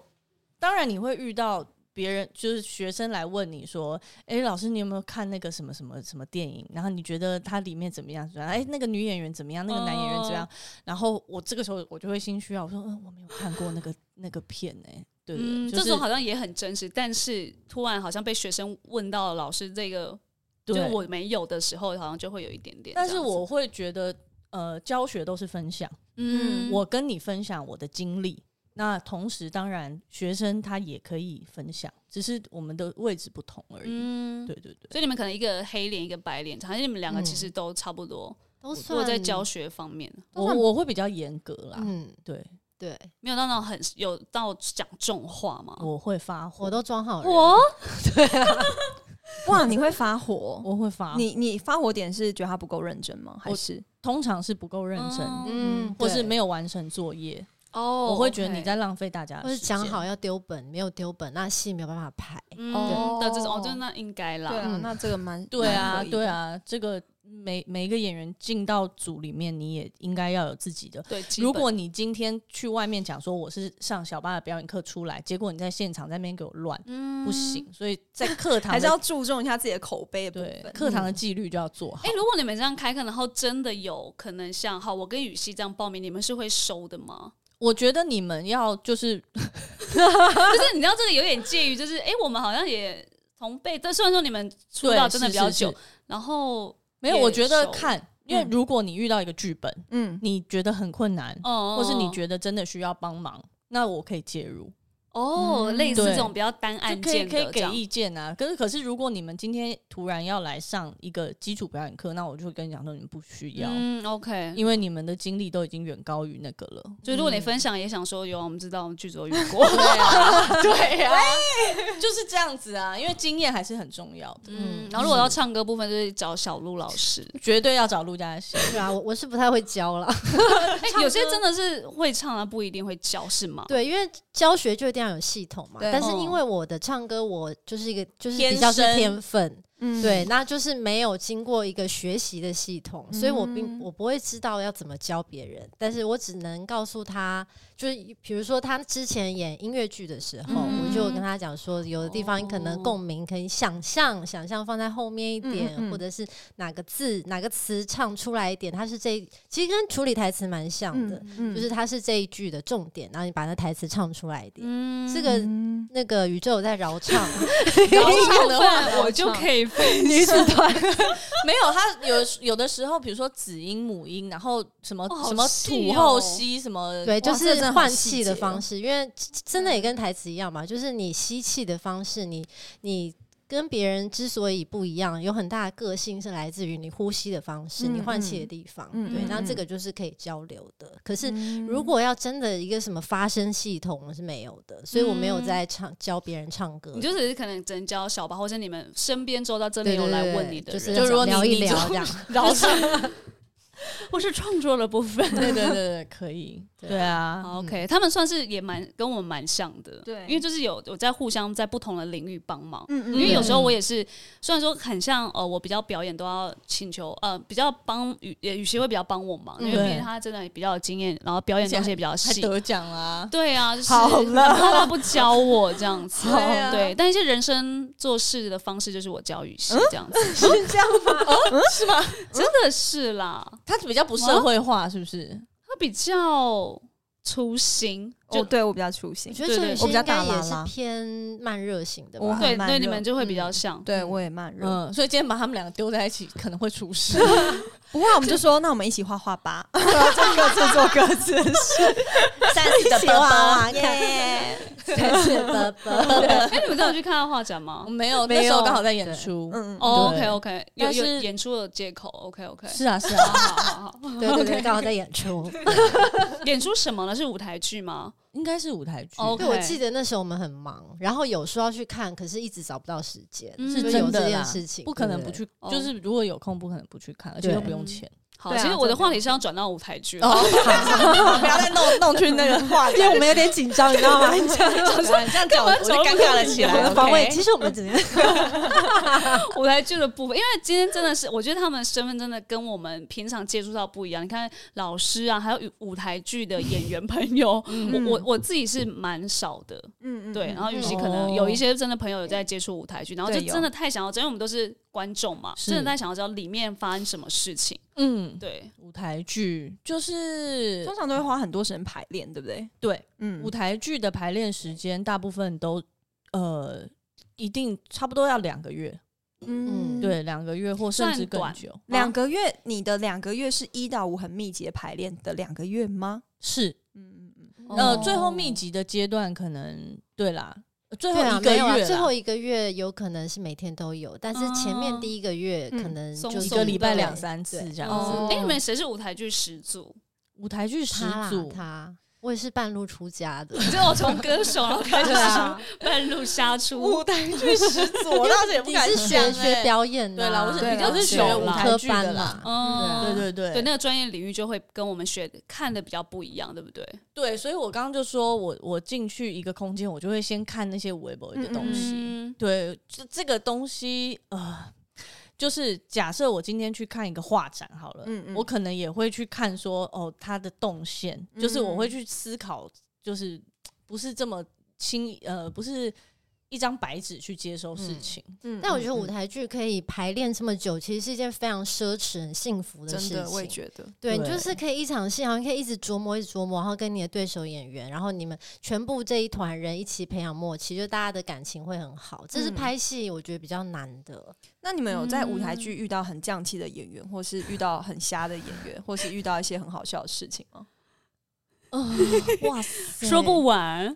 S4: 当然你会遇到别人，就是学生来问你说：“哎、老师，你有没有看那个什么什么什么电影？然后你觉得它里面怎么样？怎么样？哎、那个女演员怎么样？那个男演员怎么
S2: 哦
S4: 样？”然后我这个时候我就会心虚啊，我说：“嗯，我没有看过那个那个片哎、对对
S2: 嗯，
S4: 对，
S2: 这
S4: 就是
S2: 种好像也很真实，但是突然好像被学生问到老师这个，就
S4: 对
S2: 我没有的时候，好像就会有一点点这
S4: 但
S2: 样子。
S4: 是我会觉得，呃，教学都是分享。
S2: 嗯，
S4: 我跟你分享我的经历，那同时当然学生他也可以分享，只是我们的位置不同而已。
S2: 嗯，
S4: 对对对，
S2: 所以你们可能一个黑脸，一个白脸，好像你们两个
S3: 嗯
S2: 其实都差不多。如
S3: 都
S4: 嗯
S2: 果
S3: 算
S2: 在教，学方面，
S3: 都
S4: 我
S3: 算
S4: 我会比较严格啦，
S3: 嗯，
S4: 对，
S3: 对，
S2: 没有到那种很有到讲重话嘛。
S4: 我会发
S3: 我
S4: 火，
S3: 都装好 人，
S2: 我
S1: 啊哇，你会发火？
S4: 我会发火，
S1: 你你发火点是觉得他不够认真吗？还是
S4: 通常是不够认真，
S3: 嗯，
S4: 或是
S3: 对
S4: 没有完成作业，
S2: 哦，
S4: 我会觉得你
S2: OK
S4: 在浪费大家
S3: 或
S4: 的
S3: 是
S4: 时间。
S3: 讲好要丢本，没有丢本，那戏没有办法拍。
S2: 嗯
S1: 哦
S2: 的这种，就那应该啦。
S1: 对啊
S3: 嗯？
S1: 那这个蛮
S4: 对啊，
S1: 蛮可以的
S4: 对啊，这个每每一个演员进到组里面，你也应该要有自己的
S2: 对，基
S4: 如
S2: 本
S4: 果你今天去外面讲说我是上小巴的表演课出来，结果你在现场在那边给我乱，
S2: 嗯
S4: 不行。所以在课堂的
S1: 还是要注重一下自己的口碑的部
S4: 对
S1: 分。
S4: 课堂的纪律就要做好。
S2: 哎、嗯如果你们这样开课，然后真的有可能像好，我跟雨熙这样报名，你们是会收的 吗？
S4: 我觉得你们要就是
S2: 就是你知道这个有点介于，就是哎、诶我们好像也同辈，但虽然说你们出道
S4: 对
S2: 真的
S4: 是
S2: 比较
S4: 是
S2: 久，
S4: 是
S2: 然后
S4: 没有，
S2: 也嗯
S4: 我觉得
S2: 熟
S4: 看，因为如果你遇到一个剧本，
S1: 嗯，
S4: 你觉得很困难，
S2: 哦，
S4: 或是你觉得真的需要帮忙，那我可以介入，
S2: 哦，
S1: 嗯
S2: 类似
S4: 对
S2: 这种比较单案
S4: 就可以
S2: 件
S4: 可以
S2: 的这
S4: 给
S2: 样，
S4: 意见啊。可是可是如果你们今天突然要来上一个基础表演课，那我就会跟你讲说你们不需要，
S2: 嗯，OK。
S4: 因为你们的经历都已经远高于那个了。
S2: 就如果你分享也想说有啊，我们知道我们剧 组有遇过，啊
S4: 对呀、就是这样子啊，因为经验还是很重要的，
S2: 嗯，然后如果要唱歌部分，就是找小鹿老师。
S4: 绝对要找陆嘉欣。
S3: 对啊，我我是不太会教啦。
S2: 哎，有些真的是会唱啊，不一定会教，是吗？
S3: 对，因为教学就一定要有系统嘛。
S1: 对
S3: 但是
S2: 哦
S3: 因为我的唱歌，我就是一个就是
S4: 天
S3: 比较是
S4: 生
S3: 天分，
S1: 嗯
S3: 对，，那就是没有经过一个学习的系统，所以我并
S1: 嗯
S3: 我不会知道要怎么教别人，但是我只能告诉他，就是比如说他之前演音乐剧的时候，
S2: 嗯
S3: 我就有跟他讲说，有的地方可能共鸣可以想象，想象放在后面一点，
S1: 哦嗯嗯嗯
S3: 或者是哪个字哪个词唱出来一点，它是这其实跟处理台词蛮像的，
S1: 嗯
S3: 就是它是这一句的重点，然后你把那台词唱出来一点，
S2: 嗯
S3: 这个。那个宇宙有在饶唱，
S2: 然后唱的
S4: 然后
S2: 话，
S4: 唱
S2: 我就可以分
S3: 女子 团
S4: 没有他有有的时候，比如说子音母音，然后什么、
S2: 哦好
S4: 什么
S2: 细
S4: 土
S2: 哦
S4: 后吸什么，
S3: 对，就
S1: 哇这
S3: 是
S1: 真的好
S3: 换
S1: 细
S3: 气的
S1: 节
S3: 方
S1: 哦
S3: 式，因为真的也跟台词一样嘛，就是你吸气的方式，你你跟别人之所以不一样，有很大的个性是来自于你呼吸的方式，你
S1: 嗯
S3: 换气的
S1: 嗯
S3: 地方。
S1: 嗯
S3: 对，
S1: 嗯
S3: 那这
S1: 嗯
S3: 个就是可以交流的。可是如果要真的一个什么发声系统，我是没有的，所以我没有
S2: 嗯
S3: 在唱教别人唱歌
S2: 你。就只是可能只能教小吧，或者你们身边周到真的
S3: 对
S2: 有
S3: 对
S2: 来
S3: 对
S2: 问你的
S3: 就
S2: 人，
S3: 是
S4: 就如果
S3: 聊
S4: 你
S3: 一
S4: 你
S3: 聊
S4: 就
S3: 这样，
S2: 饶是 我是创作的部分，
S4: 对对对对，可以。对啊，
S2: 好 OK，他们算是也蛮跟我蛮像的，
S1: 对
S2: 因为就是有有在互相在不同的领域帮忙。
S1: 嗯嗯
S2: 因为有时候我也是，虽然说很像呃，我比较表演都要请求呃，比较帮雨呃雨熙会比较帮我忙，因为
S4: 对
S2: 毕竟他真的比较有经验，然后表演东西也比较
S4: 还
S2: 细。
S4: 得奖啦。
S2: 对啊，就是
S1: 好了
S2: 怕他不教我这样子，
S1: 好对啊
S2: 对。但一些人生做事的方式就是我教雨熙这样子，
S1: 是这样吗？
S2: 真的是啦，
S4: 他比较不社会化，是不是？
S2: 他比较粗心，就
S1: 哦，对我比较粗
S3: 我
S1: 心，
S3: 觉得
S2: 对
S3: 邱
S2: 对
S3: 雨
S2: 我
S3: 欣
S1: 比
S3: 应
S1: 较大
S3: 该也
S1: 拉
S3: 是
S1: 拉
S3: 偏慢热型的
S1: 我
S3: 吧？
S1: 很
S2: 对
S1: 慢
S2: 对，你
S1: 热
S2: 们就会比较
S3: 嗯
S2: 像。
S1: 对我也慢热。
S4: 嗯，所以今天把他们两个丢在一起，可能会 出事。
S1: 不过我们就说，那我们一起画画吧，就各自做各自的事。三十
S3: 的
S1: 的
S3: 爸爸
S1: 耶！
S3: 对，是的，的
S2: 哎，你们真的有去看他画展吗？
S4: 没 有，
S3: 没有
S4: 那时候刚好在演出。
S1: 嗯，
S2: 哦
S4: 嗯
S2: OK
S4: 对
S2: OK，有
S4: 但
S2: 有
S4: 是
S2: 演出的借口，OK OK，
S4: 是啊，是
S2: 好
S4: 啊，
S2: 好好好，
S3: 对对对，刚好在演出。
S2: 演出什么呢？是舞台剧吗？
S4: 应该是舞台剧。
S2: 哦
S3: 对，我记得那时候我们很忙，然后有说要去看，可是一直找不到时间，
S2: 嗯
S3: 就是有
S4: 真的
S3: 这件
S4: 啦
S3: 事情，
S4: 不可能
S3: 对
S4: 不去，
S2: 哦
S4: 就是如果有空，不可能不去看，而且
S3: 对
S4: 又不用钱。
S2: 好，
S1: 对啊
S2: 其实我的话题是要转到舞台剧了。
S4: 哦，
S1: 不要再弄弄去那个画，因为我们有点紧张，你知道 吗？
S4: 这样讲我就尴尬了起
S3: 对
S4: 来。
S3: 我的防卫
S4: OK
S3: 其实我们 只能
S2: 舞台剧的部分，因为今天真的是，我觉得他们身份真的跟我们平常接触到不一样。你看老师啊，还有舞舞台剧的演员朋友，我我我自己是蛮少的，
S1: 嗯嗯，
S2: 对。然后尤其
S4: 嗯
S2: 可能有一些真的朋友有在接触舞台剧，然后就
S1: 对有
S2: 真的太想要知道，因为我们都是观众嘛，
S4: 是
S2: 真的太想要知道里面发生什么事情。
S4: 嗯，
S2: 对，
S4: 舞台剧就是
S1: 通常都会花很多时间排练，对不对？
S4: 对
S1: 嗯
S4: 舞台剧的排练时间，大部分都呃一定差不多要两个月，
S1: 嗯，
S4: 对，两个月或甚
S2: 算
S4: 至更
S2: 短
S4: 久。
S1: 两个月，你的两个月是一到五很密集的排练的两个月吗？
S4: 是
S1: 嗯嗯嗯，
S4: 呃，
S2: 哦
S4: 最后密集的阶段可能对啦，最后
S3: 对啊，
S4: 一个
S3: 没
S4: 月
S3: 有
S4: 啦，
S3: 啊，最后一个月有可能是每天都有，但是前面
S2: 哦
S3: 第一个月可
S1: 嗯
S3: 能
S2: 松
S3: 就是
S4: 一
S2: 松
S4: 个礼拜
S3: 对
S4: 两三次这样子。
S2: 哦
S3: 哦，
S2: 哎，你们谁是舞台剧始祖？
S4: 舞台剧始
S3: 他啦
S4: 祖，
S3: 他，我也是半路出家 的。
S2: 就我从歌手然后开始
S3: 对 啊，
S2: 半路杀出，
S4: 舞台剧始 祖，我当时也不
S3: 你
S4: 敢
S3: 是学
S4: 想
S3: 学
S4: 欸
S3: 表演的
S4: 对
S3: 啊，
S4: 啦，我是
S1: 对
S4: 比较
S1: 啦
S4: 是学舞台
S3: 科
S4: 剧的
S3: 班
S4: 啦。
S3: 啦。
S2: 嗯，
S4: 对对对
S2: 对，那个专业领域就会跟我们学看的比较不一样，对不对？
S4: 对，所以我刚刚就说我我进去一个空间，我就会先看那些微博的东西。
S2: 嗯，
S4: 对，这这个东西呃，就是假设我今天去看一个画展好了，
S1: 嗯嗯
S4: 我可能也会去看说哦它的动线，就是我
S1: 嗯
S4: 会去思考，就是不是这么轻易呃，不是一张白纸去接收事情。
S1: 嗯
S3: 但我觉得舞台剧可以排练这么久，其实是一件非常奢侈、很幸福的
S1: 真
S3: 事
S1: 的，我也
S3: 情。
S1: 觉得，
S3: 对，你
S4: 对
S3: 就是可以一场戏，好像可以一直琢磨、一直琢磨，然后跟你的对手演员，然后你们全部这一团人一起培养默契，就大家的感情会很好。这是
S1: 嗯
S3: 拍戏我觉得比较难的。
S1: 那你们有在舞台剧遇到很降气的演员，或是遇到很瞎的演员，或是遇到一些很好笑的事情吗？
S4: 哇塞
S2: 说不完，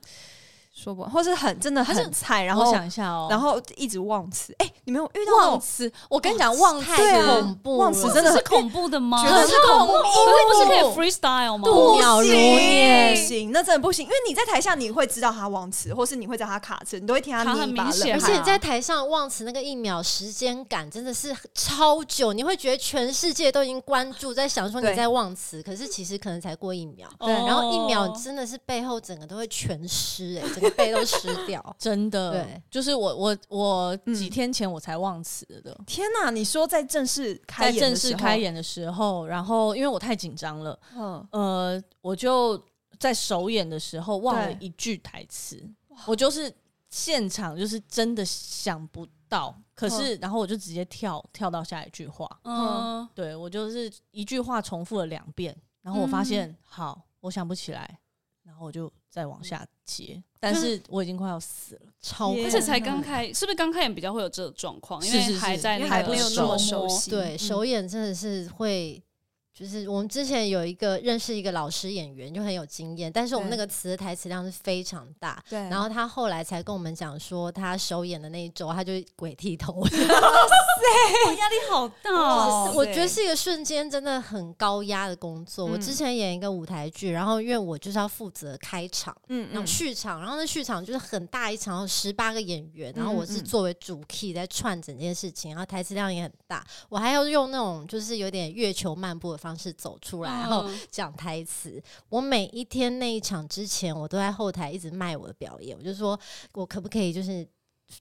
S1: 说不完，或是很真的很菜，然
S4: 然
S1: 后
S4: 后想一下哦，
S1: 然后一直忘词。哎、你没有遇到那
S4: 忘
S1: 种
S4: 词，我跟你讲忘词。
S1: 对啊
S3: 太恐怖了，
S1: 忘词真的
S2: 是
S1: 很
S2: 恐怖的哦吗？
S1: 觉得是恐怖，
S2: 可是不是可以 freestyle 吗？
S3: 度秒如
S1: 不
S3: 年
S1: 行，那真的不行，因为你在台下你会知道他忘词，或是你会知道他卡词，你都会听他
S2: 卡很
S1: 捏一把
S2: 明
S1: 冷
S2: 显
S3: 而
S1: 汗。
S3: 且你在台上忘词那个一秒时间感真的是超久，你会觉得全世界都已经关注在想说你
S1: 对
S3: 在忘词，可是其实可能才过一秒，
S2: 哦
S3: 然后一秒真的是背后整个都会全湿、哎，整个背都湿掉
S4: 真的
S3: 对，
S4: 就是我我我几
S1: 嗯
S4: 天前我才忘词的，
S1: 天哪、你说在正式开
S4: 在
S1: 演
S4: 正
S1: 的时
S4: 式
S1: 候
S4: 开，演的时候，然后因为我太紧张了，
S1: 嗯，
S4: 呃，我就在首演的时候忘了
S1: 对
S4: 一句台词，我就是现场就是真的想不到，可是、然后我就直接跳跳到下一句话，
S2: 嗯，
S4: 对我就是一句话重复了两遍，然后我发现、好，我想不起来，然后我就再往下接，但是我已经快要死了，
S3: 超
S1: 耶
S2: 而且才刚开，是不是刚开演比较会有这个状况？因
S4: 是是
S2: 为
S4: 是
S2: 还在
S1: 因
S2: 那
S1: 为
S2: 个
S1: 还
S4: 不
S1: 没有那么熟悉，
S3: 对，首演真的是会。就是我们之前有一个认识一个老师演员，就很有经验，但是我们那
S1: 对
S3: 个词的台词量是非常大，
S1: 对，
S3: 然后他后来才跟我们讲说，他首演的那一周，他就鬼剃 头。
S2: 哇压力好大哦。
S3: 我觉得是一个瞬间真的很高压的工作。我
S1: 嗯
S3: 之前演一个舞台剧，然后因为我就是要负责开场，
S1: 嗯
S3: 然后序场，然后那序场就是很大一场，十八个演员，
S2: 嗯
S3: 然后我是作为主 key 在串整件事情，然后台词量也很大，我还要用那种就是有点月球漫步的方式走出来，然后
S2: 哦
S3: 讲台词。我每一天那一场之前，我都在后台一直卖我的表演，我就说我可不可以就是。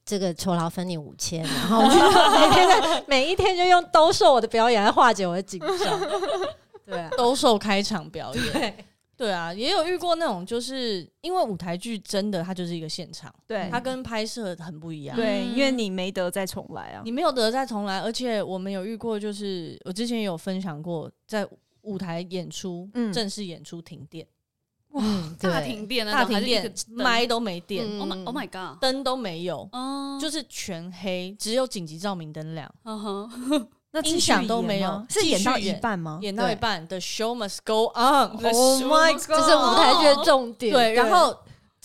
S3: 这个酬劳分你五千，然后我 就每天在每一天就用兜售我的表演来化解我的 紧张，对啊，
S4: 兜售开场表演。
S3: 对，
S4: 对啊，也有遇过那种，就是因为舞台剧真的它就是一个现场，
S1: 对
S4: 它跟拍摄很不一样。
S1: 对，因为你没得再重来啊
S4: 你。没有得再重来，而且我们有遇过，就是我之前也有分享过，在舞台演出、
S1: 嗯
S4: 正式演出停电，
S3: 嗯，
S2: 大
S3: 对
S2: 停电那
S4: 大
S2: 种还
S4: 停
S2: 是一个
S4: 电，麦都没电，
S3: 嗯
S2: Oh my Oh my God！
S4: 灯、都没有，
S2: 哦，
S4: 嗯就是全黑，只有紧急照明灯亮。
S2: 嗯哼，
S1: 那
S4: 音响都没有
S1: 继续演吗是演到
S4: 继续
S1: 一
S4: 演
S1: 半吗？
S4: 演到一半，The show must go on。
S1: 哦 Oh my god！
S3: 这是舞台剧的重点。
S4: 对，然后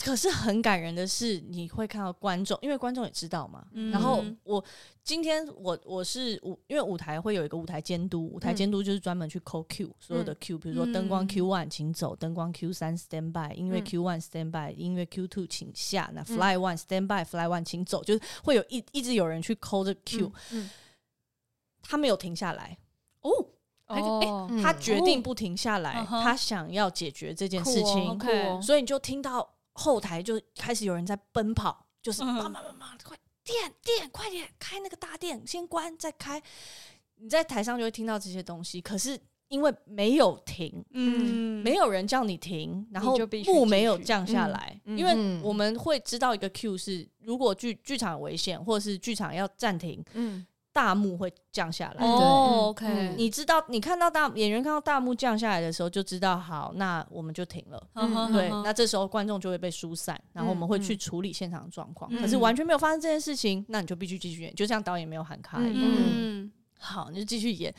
S4: 可是很感人的是，你会看到观众，因为观众也知道嘛。
S2: 嗯
S4: 然后我今天我我是舞，因为舞台会有一个舞台监督，舞台监督就是专门去扣 Q 所有的 Q，比如说灯光
S2: 嗯
S4: Q one 请走，灯光 Q 三 stand by，音乐
S1: 嗯
S4: Q one stand by，音乐 Q two 请下，那 fly one stand by，fly one 请走，就是会有一一直有人去扣这 Q，
S1: 嗯
S4: 他没有停下来，
S2: 哦，还就哎
S1: 哦，
S3: 嗯
S4: 他决定不停下来，
S2: 嗯哼
S4: 他想要解决这件
S1: 酷
S4: 事
S1: 哦
S4: 情，
S1: 酷
S2: OK
S1: 哦
S4: 所以你就听到后台就开始有人在奔跑，就是
S2: 嗯
S4: 妈妈妈妈，快电电，快点开那个大电，先关再开。你在台上就会听到这些东西，可是因为没有停，
S2: 嗯，
S4: 没有人叫你停，然后
S2: 就必须
S4: 幕
S2: 继
S4: 没有
S2: 续
S4: 降下来，
S1: 嗯嗯
S4: 因为我们会知道一个 Q 是，如果剧剧场有危险或者是剧场要暂停，
S1: 嗯
S4: 大幕会降下来。
S2: 哦
S3: 对嗯
S2: ，OK，
S4: 你知道，你看到大演员看到大幕降下来的时候，就知道好，那我们就停了。
S2: 嗯哼
S4: 对，
S2: 嗯哼
S4: 那这时候观众就会被疏散，然后我们会去处理现场的状况。
S2: 嗯
S4: 可是完全没有发生这件事情，那你就必须继续演，就像导演没有喊卡一样。
S2: 嗯
S4: 好，你就继续演。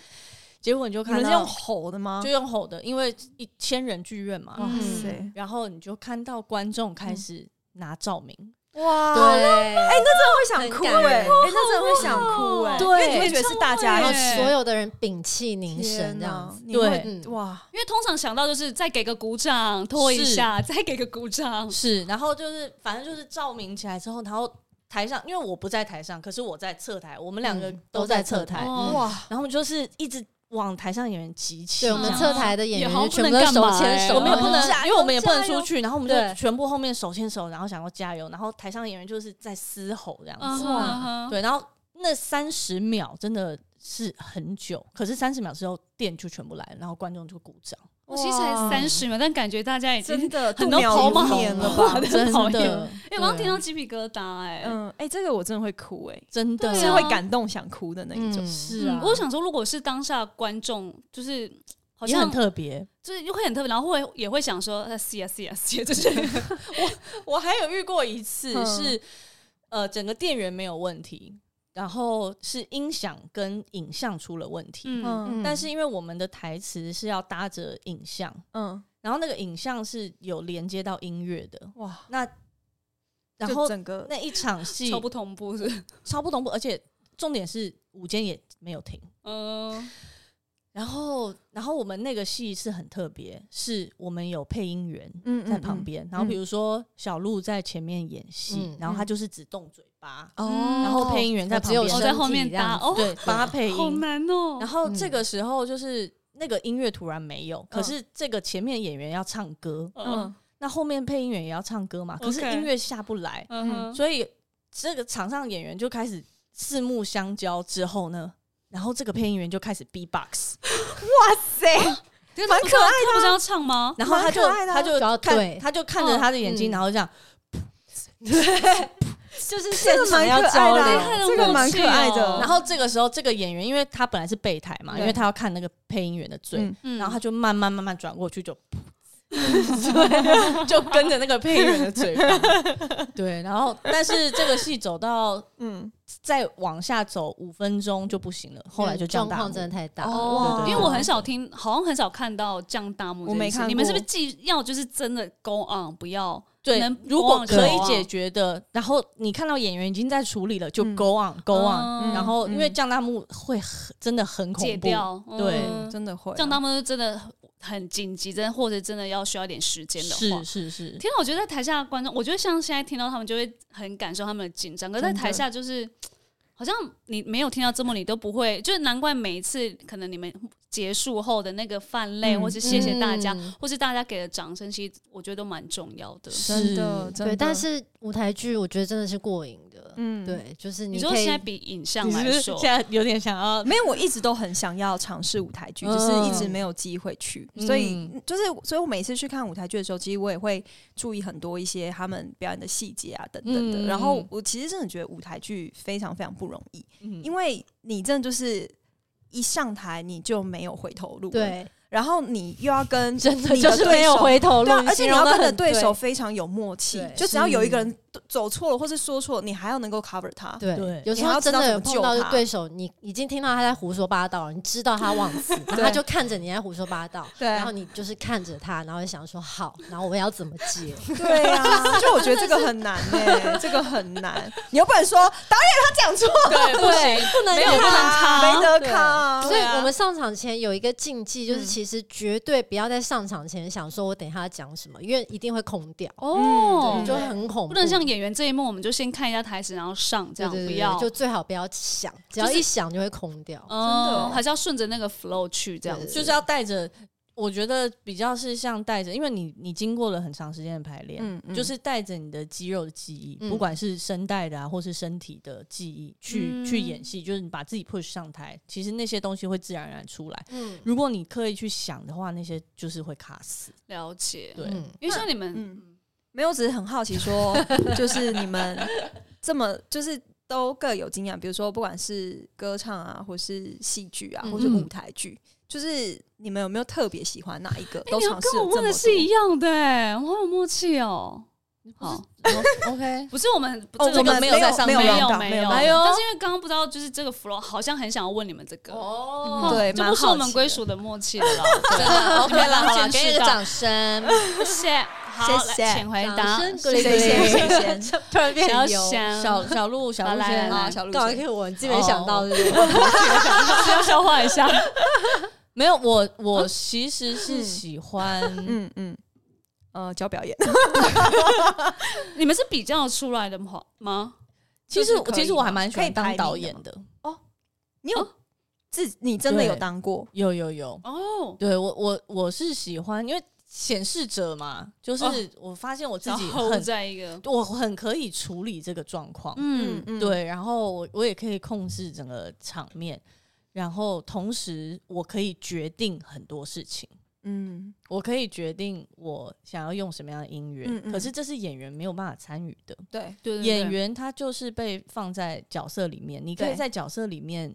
S4: 结果你就
S1: 你
S4: 看
S1: 们是用
S4: 到
S1: 吼的吗
S4: 就？用吼的，因为一千人剧院嘛，
S1: 哇
S3: 嗯
S1: 塞！
S4: 然后你就看到观众开始拿照明，
S1: 哇，
S3: 对，
S1: 哎，那真的会想
S3: 很
S1: 哭
S3: 感
S1: 哎，哎，
S3: 人
S1: 那真的会想哭哎，
S4: 对
S1: 因为你会觉得是大家
S2: 很
S3: 然后
S2: 对
S3: 所有的人屏气凝
S1: 天
S3: 神这
S1: 哪
S3: 样子，，
S1: 你会
S4: 对
S3: 嗯
S1: 哇，
S2: 因为通常想到就是再给个鼓掌，拖一下，再给个鼓掌，
S4: 是，然后就是反正就是照明起来之后，然后台上，因为我不在台上，可是我在侧台，我们两个
S3: 嗯
S4: 都在侧台，
S2: 哦
S1: 哇，
S4: 然后我们就是一直往台上演员集气，
S3: 对我们
S4: 这样
S3: 侧台的演
S2: 也好
S3: 员
S2: 像
S3: 全
S2: 不
S3: 部都
S2: 能干
S3: 手
S2: 嘛
S3: 牵
S2: 哎
S3: 手，
S4: 我们也不能
S2: 哦，
S4: 因为我们也不能出去，然后我们就
S3: 对
S4: 全部后面手牵手，然后想要加油，然后台上演员就是在嘶吼这样
S2: 嗯
S4: 子，
S2: 哼嗯哼，
S4: 啊对，然后那三十秒真的是很久，可是三十秒之后电就全部来了，然后观众就鼓掌，
S2: 我其实才
S1: 哇
S2: 三十秒，但感觉大家已经
S1: 真，的
S2: 很
S1: 度
S2: 多
S1: 秒
S2: 头发
S1: 如年了 吧？
S4: 真
S2: 讨厌
S4: 的，
S2: 哎，我刚刚
S4: 对
S2: 听到鸡皮疙瘩，哎，
S1: 嗯，哎，这个我真的会哭哎，
S4: 真的
S2: 对啊
S1: 是会感动想哭的那一种。
S3: 是
S4: 是啊
S2: 嗯，我想说，如果是当下观众，就是好
S4: 也
S2: 像
S4: 很特别，
S2: 就是又会很特别，然后会也会想说，呃，是啊是啊 是啊，就是
S4: 我还有遇过一次
S1: 嗯
S4: 是，呃，整个电源没有问题，然后是音响跟影像出了问题，
S2: 嗯
S1: 嗯
S4: 但是因为我们的台词是要搭着影像，
S1: 嗯，
S4: 然后那个影像是有连接到音乐的，
S1: 哇，
S4: 然
S1: 就
S4: 后
S1: 整个
S4: 那一场戏
S2: 超不同步是不是，
S4: 超不同步，而且重点是午间也没有停。
S2: 嗯，
S4: 然后，然后我们那个戏是很特别，是我们有配音员
S1: 嗯
S4: 在旁边，然后比如说小鹿在前面演戏，
S3: 嗯
S4: 然后他就是只动嘴巴，
S1: 哦，
S4: 然后配音员在旁
S3: 只有
S4: 边
S2: 我
S3: 身
S2: 在后
S3: 体
S2: 面
S3: 这
S2: 搭，
S3: 样子
S2: 哦，
S4: 对，帮他配
S2: 好
S4: 音。
S2: 难哦，
S4: 然后
S3: 嗯
S4: 这个时候就是那个音乐突然没有，可是这个前面演员要唱歌，
S2: 嗯
S4: 那后面配音员也要唱歌嘛，可是
S2: OK
S4: 音乐下不来，
S2: 嗯哼，
S4: 所以这个场上演员就开始四目相交之后呢。然后这个配音员就开始 B-box，
S1: 塞，
S2: 对
S1: 蛮
S2: 可
S4: 啊
S2: 爱的，他不是要唱吗？
S4: 然后他就
S1: 蛮可爱的啊
S4: 他就
S3: 就要
S4: 看
S3: 对
S4: 他就看着他的眼睛，
S3: 嗯
S4: 然后 这样，
S3: 就是
S1: 这个蛮可爱的
S2: 厉害
S1: 啊，
S2: 的
S1: 这个蛮可爱
S2: 默契哦
S1: 的。
S4: 然后这个时候这个演员，因为他本来是备台嘛，
S1: 对
S4: 因为他要看那个配音员的嘴，
S1: 嗯
S2: 嗯
S4: 然后他就慢慢慢慢转过去就，对，就跟着那个配音员的嘴巴。对，然后但是这个戏走到
S1: 嗯，
S4: 再往下走五分钟就不行了，后来就降
S3: 状
S4: 大
S3: 况
S4: 幕
S3: 真的太大
S1: 哦
S3: 了。
S1: 哇
S2: 因为我很少听，好像很少看到降大幕这件事。
S1: 我没看过
S2: 你们是不是既要就是真的 go on，不要
S4: 对
S2: 能，
S4: 如果
S2: go on 就
S4: 可以
S2: go on
S4: 解决的，然后你看到演员已经在处理了，就
S1: 嗯
S4: go on go on，
S2: 嗯
S4: 然后因为
S1: 嗯
S4: 降大幕会很真的很恐
S2: 解
S4: 怖，
S2: 掉？
S4: 对
S2: 嗯
S1: 真的会啊
S2: 降大幕是真的很紧急，真的或者真的要需要一点时间的话
S4: 是。是是，
S2: 天啊，我觉得在台下的观众，我觉得像现在听到他们就会很感受他们的紧张，可是在
S1: 真的
S2: 台下就是。好像你没有听到这么，你都不会，就是难怪每一次可能你们结束后的那个饭类，
S1: 嗯
S2: 或是谢谢大家，
S3: 嗯
S2: 或是大家给的掌声，其实我觉得都蛮重要的。
S1: 真的
S4: 是
S1: 真的
S3: 对，但是舞台剧我觉得真的是过瘾的，
S1: 嗯，
S3: 对，就是
S2: 你
S3: 你
S2: 说
S3: 可以
S2: 现在比影像
S4: 你是
S2: 来
S4: 不是
S2: 说
S4: 现，在有点想要
S1: 没有，我一直都很想要尝试舞台剧，只是一直没有机会去，
S4: 嗯
S1: 所以就是，所以我每次去看舞台剧的时候，其实我也会注意很多一些他们表演的细节啊等等的。
S4: 嗯
S1: 然后我其实真的觉得舞台剧非常非常不容易，
S4: 嗯
S1: 因为你真的就是一上台你就没有回头路，，
S3: 对，
S1: 然后你又要 跟
S3: 真的
S1: 你的
S3: 就是没有
S1: 对手
S3: 回头路
S1: 对、啊，，而且
S3: 形
S1: 你
S3: 容
S1: 要
S3: 得
S1: 跟你的
S3: 很
S1: 对手非常有默契
S3: 对，
S1: 就只要有一个人走错了或是说错了，你还要能够 cover 他。
S3: 对，
S4: 对
S3: 有
S1: 你
S3: 时
S1: 还
S3: 候
S1: 要知
S3: 真
S1: 道
S3: 的
S1: 怎
S3: 有
S1: 么
S3: 碰
S1: 救
S3: 到就
S1: 他
S3: 对手，你已经听到他在胡说八道了，你知道他忘词，然后他就看着你在胡说八道，
S1: 对
S4: 啊
S3: 然后你就是看着他，然后想说好，然后我要怎么 接？
S1: 对啊，就我觉得这个很难呢、这个很难。你又不能说导演他讲错，
S4: 对不行，
S3: 不能
S4: 没有
S3: 看
S4: 不能卡
S1: 没得卡啊、
S3: 所以我们上场前有一个禁忌，就是
S2: 嗯
S3: 其实绝对不要在上场前想说我等一下要讲什么，因为一定会空掉，
S2: 哦
S1: 嗯，
S3: 就很恐怖。
S2: 不能像演员这一幕，我们就先看一下台词，然后上这
S3: 对
S2: 样，
S3: 对
S2: 不
S3: 对，
S2: 要
S3: 就最好不要想，只要
S2: 就是
S3: 一想就会空掉。
S2: 哦
S1: 真的
S2: 还是要顺着那个 flow 去这样
S3: 对
S2: 子。
S4: 就是要带着。我觉得比较是像带着，因为你你经过了很长时间的排练，
S1: 嗯嗯
S4: 就是带着你的肌肉的记忆，
S3: 嗯
S4: 不管是声带的啊，或是身体的记忆去、
S2: 嗯
S4: 去演戏，就是你把自己 push 上台，其实那些东西会自然而然出来。
S3: 嗯，
S4: 如果你刻意去想的话，那些就是会卡死。
S2: 了解，
S4: 对，
S3: 嗯
S2: 因为像你们，
S1: 嗯没有，只是很好奇说，就是你们这么就是都各有经验，比如说不管是歌唱啊，或是戏剧啊，
S3: 嗯
S1: 或是舞台剧，就是你们有没有特别喜欢哪一个？都
S2: 哎你们
S1: 尝试
S2: 跟我
S1: 了这
S2: 问
S1: 么
S2: 的是一
S1: 多。
S2: 样的、欸，我好有默契哦、好，
S4: 哦 OK，
S2: 不是我们，
S1: 哦
S2: 这
S1: 我
S2: 个
S1: 们没有
S2: 没
S1: 没有
S2: 有没
S1: round down，
S2: 有，
S1: 没有
S2: 但是因为刚刚不知道，就是这个 flow 好像很想要问你们这个，
S3: 哦
S2: 哦
S1: 对
S2: 就
S1: 蛮
S2: 不是我
S1: 好
S2: 们
S1: 奇
S2: 归
S1: 的
S2: 属的默契了啦。
S3: 真的 OK 了，好了，
S2: 见
S3: 给你
S2: 识
S3: 个
S2: 到
S3: 掌声，
S2: 谢谢，好，
S1: 谢
S2: 来
S1: 谢
S2: 请回答
S3: 掌。声，
S1: 谢谢谢谢，谢谢
S3: 突然变
S2: 小
S3: 很油，
S2: 翔，
S4: 小小鹿，小鹿
S2: 来 来
S4: 先
S2: 来
S1: 啊，小鹿
S3: 刚好
S1: 姐
S3: 以我自己没想
S2: 哦
S3: 到，对不对
S2: 需要消化一下。
S4: 没有我，我其实是喜欢，
S1: 啊嗯嗯，呃，教表演。
S2: 你们是比较出来的吗？吗？
S4: 其实
S1: 就是可以
S4: 其实我还蛮喜欢
S1: 可以排
S4: 当
S1: 名的
S4: 导演的，
S1: 你有
S2: 哦
S1: 自你真的有
S4: 对
S1: 当过？
S4: 有有有，
S2: 哦，
S4: 对我我我是喜欢，因为显示者嘛，就是
S2: 哦
S4: 我发现我自
S2: 然
S4: 己
S2: 后
S4: 很，
S2: 在一个，
S4: 我很可以处理这个状况，
S2: 嗯，
S1: 嗯，
S4: 对，然后我我也可以控制整个场面，然后同时我可以决定很多事情。
S1: 嗯，
S4: 我可以决定我想要用什么样的音乐，
S1: 嗯嗯
S4: 可是这是演员没有办法参与的。
S1: 对，
S2: 对对对
S4: 演员他就是被放在角色里面，你可以
S1: 对
S4: 在角色里面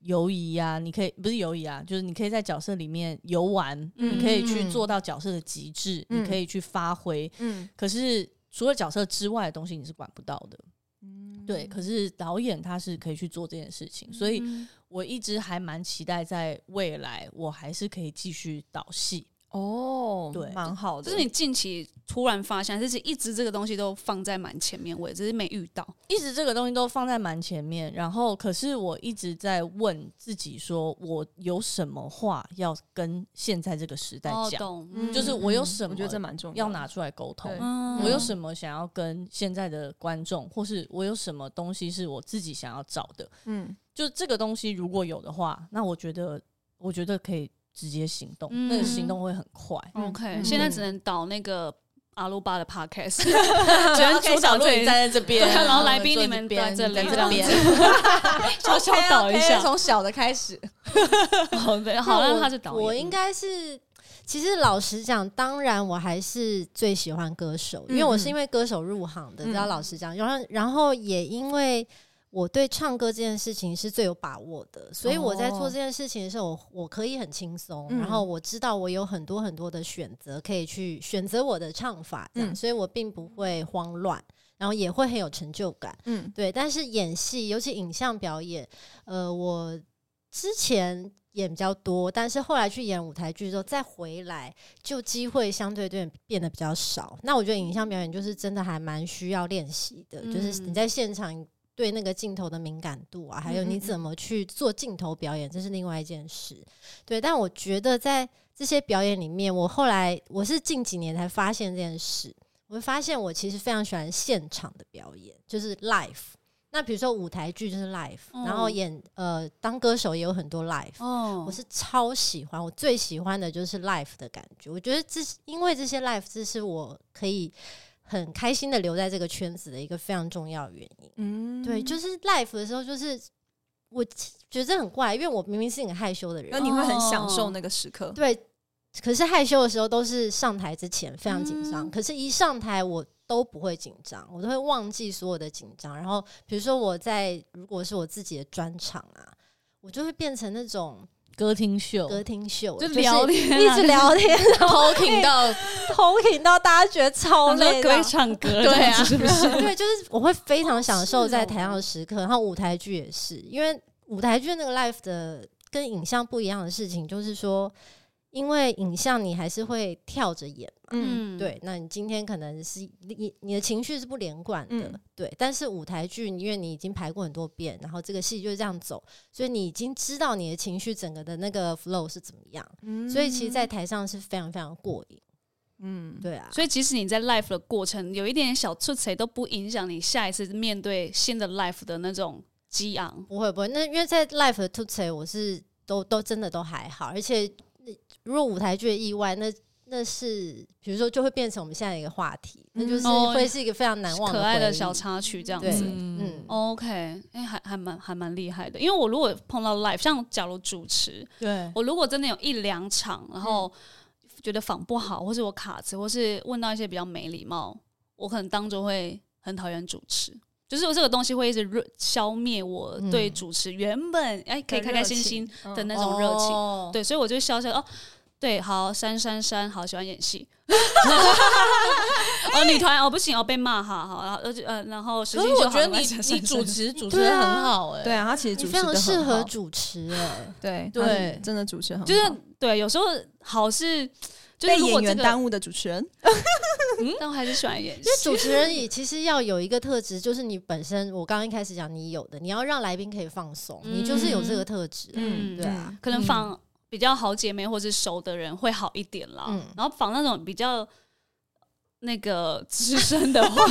S4: 游移啊，你可以不是游移啊，就是你可以在角色里面游玩，
S2: 嗯
S4: 你可以去做到角色的极致，
S1: 嗯
S4: 你可以去发挥。
S1: 嗯，
S4: 可是除了角色之外的东西，你是管不到的。
S1: 嗯
S4: 对，可是导演他是可以去做这件事情，所以
S2: 嗯
S4: 我一直还蛮期待在未来我还是可以继续导戏。
S1: 哦，
S4: 对
S1: 蛮好的。
S2: 就是你近期突然发现，就是一直这个东西都放在蛮前面位，只是没遇到。
S4: 一直这个东西都放在蛮前面，然后可是我一直在问自己说，我有什么话要跟现在这个时代
S2: 哦，
S4: 讲，
S2: 懂，
S1: 嗯
S4: 就是我有什么
S1: 我觉得这蛮重
S4: 要
S1: 的
S4: 拿出来沟通。
S1: 对
S2: 嗯
S4: 我有什么想要跟现在的观众，或是我有什么东西是我自己想要找的？
S1: 嗯
S4: 就这个东西如果有的话，那我觉得我觉得可以直接行动，
S2: 嗯
S4: 那个行动会很 快。
S2: OK，
S1: 嗯
S2: 现在只能导那个阿鲁巴的 Podcast，只能主导这一站，
S4: 在这边
S2: 对然后
S3: 嗯
S2: 来宾你们在这里这样，小小导一下。
S4: 从小的开始。
S2: 好的，好，
S3: 那
S2: 那
S3: 我
S2: 他就导演。嗯
S3: 我应该是，其实老实讲，当然我还是最喜欢歌手，因为我是因为歌手入行的。
S1: 嗯
S3: 知道老实讲，然后然后也因为。我对唱歌这件事情是最有把握的，所以我在做这件事情的时候，我我可以很轻松，
S1: 嗯
S3: 然后我知道我有很多很多的选择可以去选择我的唱法，这样，
S1: 嗯
S3: 所以我并不会慌乱，然后也会很有成就感。
S1: 嗯
S3: 对，但是演戏，尤其影像表演，呃，我之前演比较多，但是后来去演舞台剧之后再回来，就机会相对对变得比较少。那我觉得影像表演就是真的还蛮需要练习的，就是你
S2: 嗯
S3: 在现场。对那个镜头的敏感度啊，还有
S1: 嗯嗯
S3: 你
S1: 嗯
S3: 怎么去做镜头表演，这是另外一件事。对，但我觉得在这些表演里面，我后来我是近几年才发现这件事，我会发现我其实非常喜欢现场的表演，就是 live。那比如说舞台剧就是 live，、
S2: 嗯
S3: 然后演呃当歌手也有很多 live，、
S2: 哦
S3: 我是超喜欢，我最喜欢的就是 life 的感觉。我觉得这是因为这些 life，这是我可以很开心的留在这个圈子的一个非常重要的原因。
S1: 嗯
S3: 对，就是是 life 的时候，就是我觉得很怪，因为我明明是一个很害羞的
S1: 那
S3: 人，
S1: 你会很享受那个时刻，
S3: 对，可是害羞的时候都是上台之前非常紧
S2: 嗯
S3: 张，可是一上台我。都不会紧张，我都会忘记所有的紧张。然后，比如说我在如果是我自己的专场啊，我就会变成那种
S4: 歌厅秀，
S3: 歌厅秀，
S2: 就是聊天啊
S3: 一直聊 天，然后
S2: talking 到
S3: 头顶到大家觉得超
S2: 我们
S3: 累的。
S2: 可以唱歌，
S3: 对啊
S2: 这样子是不是？
S3: 对，就是我会非常享受
S2: 是
S3: 在
S2: 哦
S3: 台上的时刻，然后舞台剧也是，因为舞台剧那个 live 的跟影像不一样的事情，就是说，因为影像你还是会跳着演，
S1: 嗯，
S3: 对，啊那你今天可能是你你的情绪是不连贯的，
S1: 嗯
S3: 对。但是舞台剧，因为你已经排过很多遍，然后这个戏就是这样走，所以你已经知道你的情绪整个的那个 flow 是怎么样，
S2: 嗯
S3: 所以其实，在台上是非常非常过瘾，
S1: 嗯，
S3: 对啊。
S2: 所以即使你在 life 的过程有一点小出彩，都不影响你下一次面对新的 life 的那种激昂。
S3: 不会不会，那因为在 live 的 t o t a 我是都都真的都还好，而且那如果舞台剧的意外，那那是比如说就会变成我们现在一个话题，那就是
S2: 哦
S3: 会是一个非常难忘
S2: 可爱
S3: 的
S2: 的
S3: 回忆
S2: 小插曲这样
S3: 对，
S2: 子。
S3: 嗯，
S2: OK，哎、还还蛮还蛮厉害的，因为我如果碰到 live，像假如主持，
S4: 对，
S2: 我如果真的有一两场，然后
S3: 嗯
S2: 觉得仿不好，或是我卡词，或是问到一些比较没礼貌，我可能当中会很讨厌主持。就是我这个东西会一直润消灭我
S3: 嗯
S2: 对主持原本哎、可以开开心心的那种热情，
S3: 哦
S2: 对，所以我就笑笑哦，对，好，珊珊珊，好喜欢 演戏。哦， 女团哦不行哦，被骂哈好，然后就呃，然后实
S4: 可
S2: 习
S4: 是我
S2: 就
S4: 觉
S2: 好
S4: 得
S2: 了
S4: 你
S2: 珊
S4: 你
S2: 珊
S4: 主
S2: 珊
S4: 持主持
S3: 对
S4: 的
S3: 啊
S4: 很好哎，
S1: 对啊，他其实主
S3: 你
S1: 持
S3: 非常
S1: 得
S3: 适
S1: 很
S3: 合
S1: 好，
S3: 主持哎，
S1: 对
S4: 对
S1: 他是真的主持很好，
S2: 就是对，有时候好是就是
S1: 被
S2: 如
S1: 演
S2: 果这
S1: 员
S2: 个，
S1: 耽误的主持人，
S2: 但我还是喜欢演
S3: 因为
S2: 戏。
S3: 主持人也其实要有一个特质，就是你本身我刚刚一开始讲你有的，你要让来宾可以放松，你就是有这个特质，
S2: 嗯，
S3: 对啊，
S2: 可能
S1: 嗯
S2: 仿比较好姐妹或是熟的人会好一点啦。
S3: 嗯
S2: 然后仿那种比较那个资深的 话，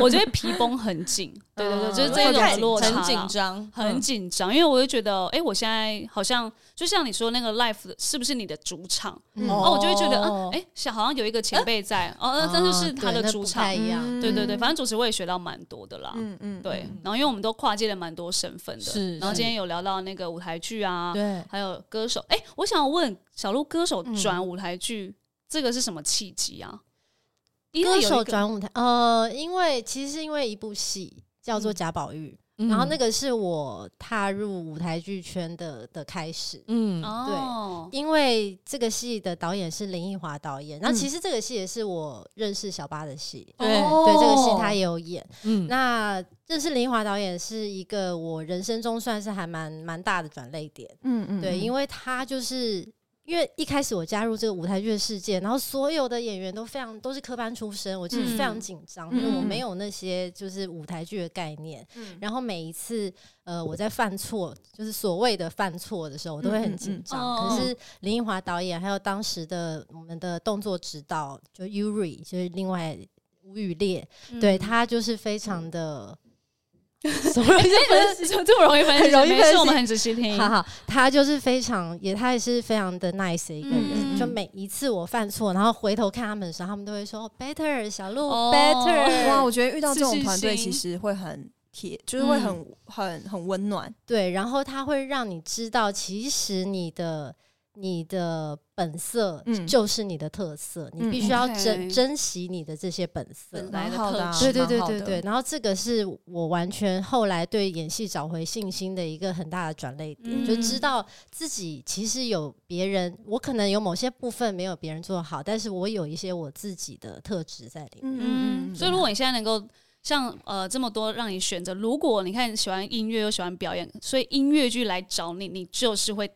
S2: 我就会皮绷很紧。对对对，就是这
S1: 会哦太
S2: 种落差啦
S4: 很紧张，
S3: 嗯
S2: 很紧张，因为我就觉得，哎、我现在好像就像你说那个 life 的是不是你的主场？
S3: 嗯
S2: 哦，我就会觉得，嗯
S4: 哦，
S2: 哎、像好像有一个前辈在，哦，那但是是他的主场，
S3: 对那不太一嗯样，
S2: 对对对，反正主持我也学到蛮多的啦，
S1: 嗯嗯，
S2: 对
S4: 嗯。
S2: 然后因为我们都跨界了蛮多身份的，
S4: 是
S2: 然后
S4: 是
S2: 今天有聊到那个舞台剧啊，
S4: 对，
S2: 还有歌手，哎、我想问小鹿，歌手
S3: 嗯
S2: 转舞台剧、这个是什么契机啊？因为有
S3: 歌
S2: 一个
S3: 手转舞台，呃，因为其实是因为一部戏叫做《贾宝玉》，
S2: 嗯
S3: 然后那
S4: 个
S3: 个是我踏入舞台剧圈的的开始。
S4: 嗯
S2: 哦，
S3: 因为这个戏的导演是林奕华导演，然
S1: 嗯
S3: 后其实这个戏也是我认识小八的戏，
S4: 对
S2: 哦
S3: 对这个戏他也有演。
S4: 嗯
S3: 那认识林奕华导演是一个我人生中算是还蛮蛮大的转泪点，
S1: 嗯嗯，
S3: 对，因
S1: 为
S3: 为他就是因为一开始我加入这个舞台剧的世界，然后所有的演员都非常都是科班出身，我其实非常
S2: 嗯嗯
S3: 紧张，
S1: 嗯
S3: 因为我没有那些就是舞台剧的概念。然后每一次呃我在犯错，就是所谓的犯错的时候，我都会很紧张。
S2: 嗯嗯嗯
S3: 可是林奕华导演还有当时的我们的动作指导就 Yuri，就是另外吴宇烈，
S2: 嗯
S3: 对他就是非常 的。
S2: 这这么容易分析，
S3: 很容易
S2: 没
S3: 分
S2: 事，
S3: 析
S2: 我们很仔细听。
S3: 好好，他就是非常也，他也是非常的 nice 的一个人。
S2: 嗯嗯嗯
S3: 就每一次我犯错，然后回头看他们的时候，他们都会说哦 better 小鹿、
S2: 哦
S3: better。
S1: Oh 哇，我觉得遇到这
S2: 自
S1: 种
S2: 信
S1: 团队
S2: 心
S1: 其实会很贴，就是会
S2: 嗯
S1: 很很很温暖，
S3: 对，然后他会让你知道，其实你的你的本色
S1: 嗯
S3: 就是你的特色，你
S1: 嗯
S3: 必须要
S2: OK
S3: 珍珍惜你的这些本色。
S2: 本来
S1: 蛮
S2: 的
S1: 好的啊
S2: 特，质
S3: 对对
S1: 蛮
S3: 对
S1: 好
S3: 对
S1: 的
S3: 对，，然后这个是我完全后来对演戏找回信心的一个很大的转捩点，
S2: 嗯
S3: 就知道自己其实有别人，我可能有某些部分没有别人做好，但是我有一些我自己的特质在里面。
S1: 嗯嗯
S2: 嗯，
S1: 嗯，
S2: 所以如果你现在能够像呃这么多让你选择，如果你看喜欢音乐又喜欢表演，所以音乐剧来找你，你就是会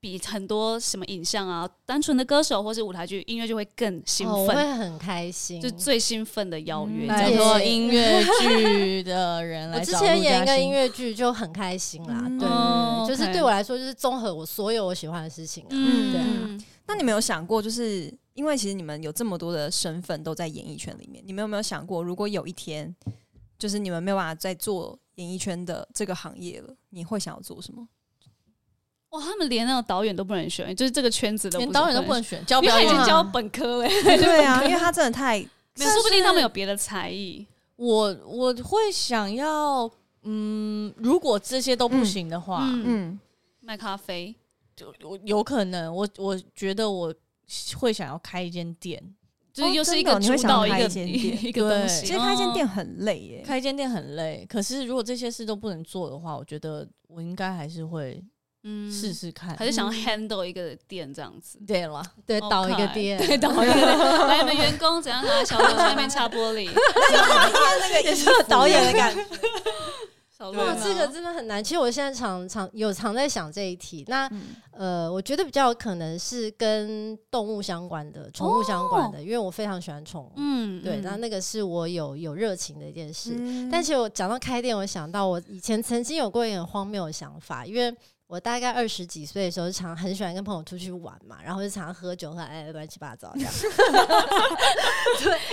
S2: 比很多什么影像啊、单纯的歌手或是舞台剧音乐就会更兴
S3: 哦，我
S2: 奋，
S3: 会很开心。
S2: 就最兴奋的邀约。
S1: 嗯
S2: 这
S4: 拜
S2: 样
S3: 对
S4: 托音乐剧 的人
S3: 我
S4: 来
S3: 之
S4: 找
S3: 前
S4: 陆
S3: 演
S4: 嘉
S3: 一个
S4: 欣
S3: 音乐剧就很开心啦，
S1: 嗯
S3: 对对
S2: 哦
S3: 对，对就是对
S2: OK
S3: 我来说就是综合我所有我喜欢的事情啊。
S1: 嗯
S3: 对
S2: 嗯，
S1: 那你们有想过，就是因为其实你们有这么多的身份都在演艺圈里面，你们有没有想过，如果有一天，就是你们没有办法再做演艺圈的这个行业了，你会想要做 什么？
S2: 哇，他们连那个导演都不能选，就是这个圈子都
S4: 连导演都不
S2: 能
S4: 能选，教
S2: 选，因
S4: 表
S2: 为他已
S4: 演
S2: 经
S1: 啊
S2: 教本科了，
S1: 对 啊，因为他真的太
S2: 没有说不定他们有别的才艺。
S4: 我我会想要，嗯，如果这些都不行的话，
S2: 嗯，
S1: 嗯
S2: 卖咖啡，
S4: 就我有可能，我我觉得我会想要开一间店，
S2: 就是
S1: 哦
S2: 又是
S1: 真
S2: 一
S1: 的
S2: 个
S1: 哦你会
S2: 主
S1: 想
S2: 导一
S1: 开
S2: 个
S1: 一间店
S2: 一个东西。
S4: 对
S1: 其实开一间
S2: 嗯
S1: 店很累
S3: 哦
S1: 耶、
S4: 开一间店很累，可是如果这些事都不能做的话，我觉得我应该还是会
S2: 嗯
S4: 试试看。
S2: 还是想要 handle 一个店这样 子。
S4: 对了，
S3: 对，
S2: 好
S3: 倒一个
S2: 看
S3: 店，
S2: 对，导一个店。 来，你们员工怎样拿小鹿在那边擦玻 璃？
S1: 那个也是导演的感觉，
S2: 小鹿
S1: 对
S3: 哇，
S1: 啊
S3: 哦这个真的很难。其实我现在常常有常在想这一题。那
S1: 嗯
S3: 呃，我觉得比较有可能是跟动物相关的、宠物相关的，因为我非常喜欢宠物。
S2: 嗯，
S3: 对，
S1: 哦嗯
S3: 那那个是我有有热情的一件事。
S1: 嗯
S3: 但其实我讲到开店，我想到我以前曾经有过一个很荒谬的想法，因为我大概二十几岁的时候，就常很喜欢跟朋友出去玩嘛，然后就常常喝酒喝哎乱七八糟这样。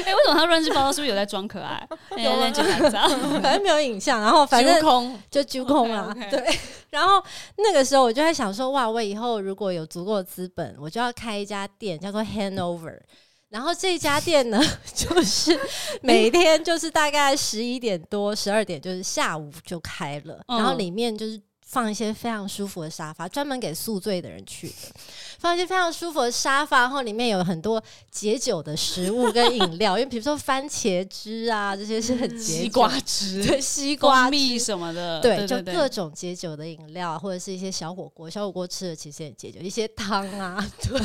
S2: 哎，为什么他乱七八糟？是不是有在装可 爱？哎有
S1: 啊
S2: 乱七八糟。
S3: 反正没有影像，然后 反正
S4: 虚空
S3: 就揪空啦
S2: OK，OK
S3: 对。然后那个时候我就在想说，哇，我以后如果有足够的资本，我就要开一家店，叫做 Hanover。然后这家店呢， 就是每天就是大概十一点多、十二点，就是下午就开了。
S2: 嗯
S3: 然后里面就是放一些非常舒服的沙发，专门给宿醉的人去的，放一些非常舒服的沙发，然后里面有很多解酒的食物跟饮料，因为比如说番茄汁啊，这些是很解
S4: 西
S3: 酒
S4: 瓜汁，
S3: 对西瓜
S2: 蜂
S3: 汁
S2: 蜜什 么的，
S3: 对，
S2: 对，
S3: 就
S2: 对
S3: 各种解酒的饮料啊，或者是一些小火锅，小火锅吃了其实也解酒，一些汤啊， 对，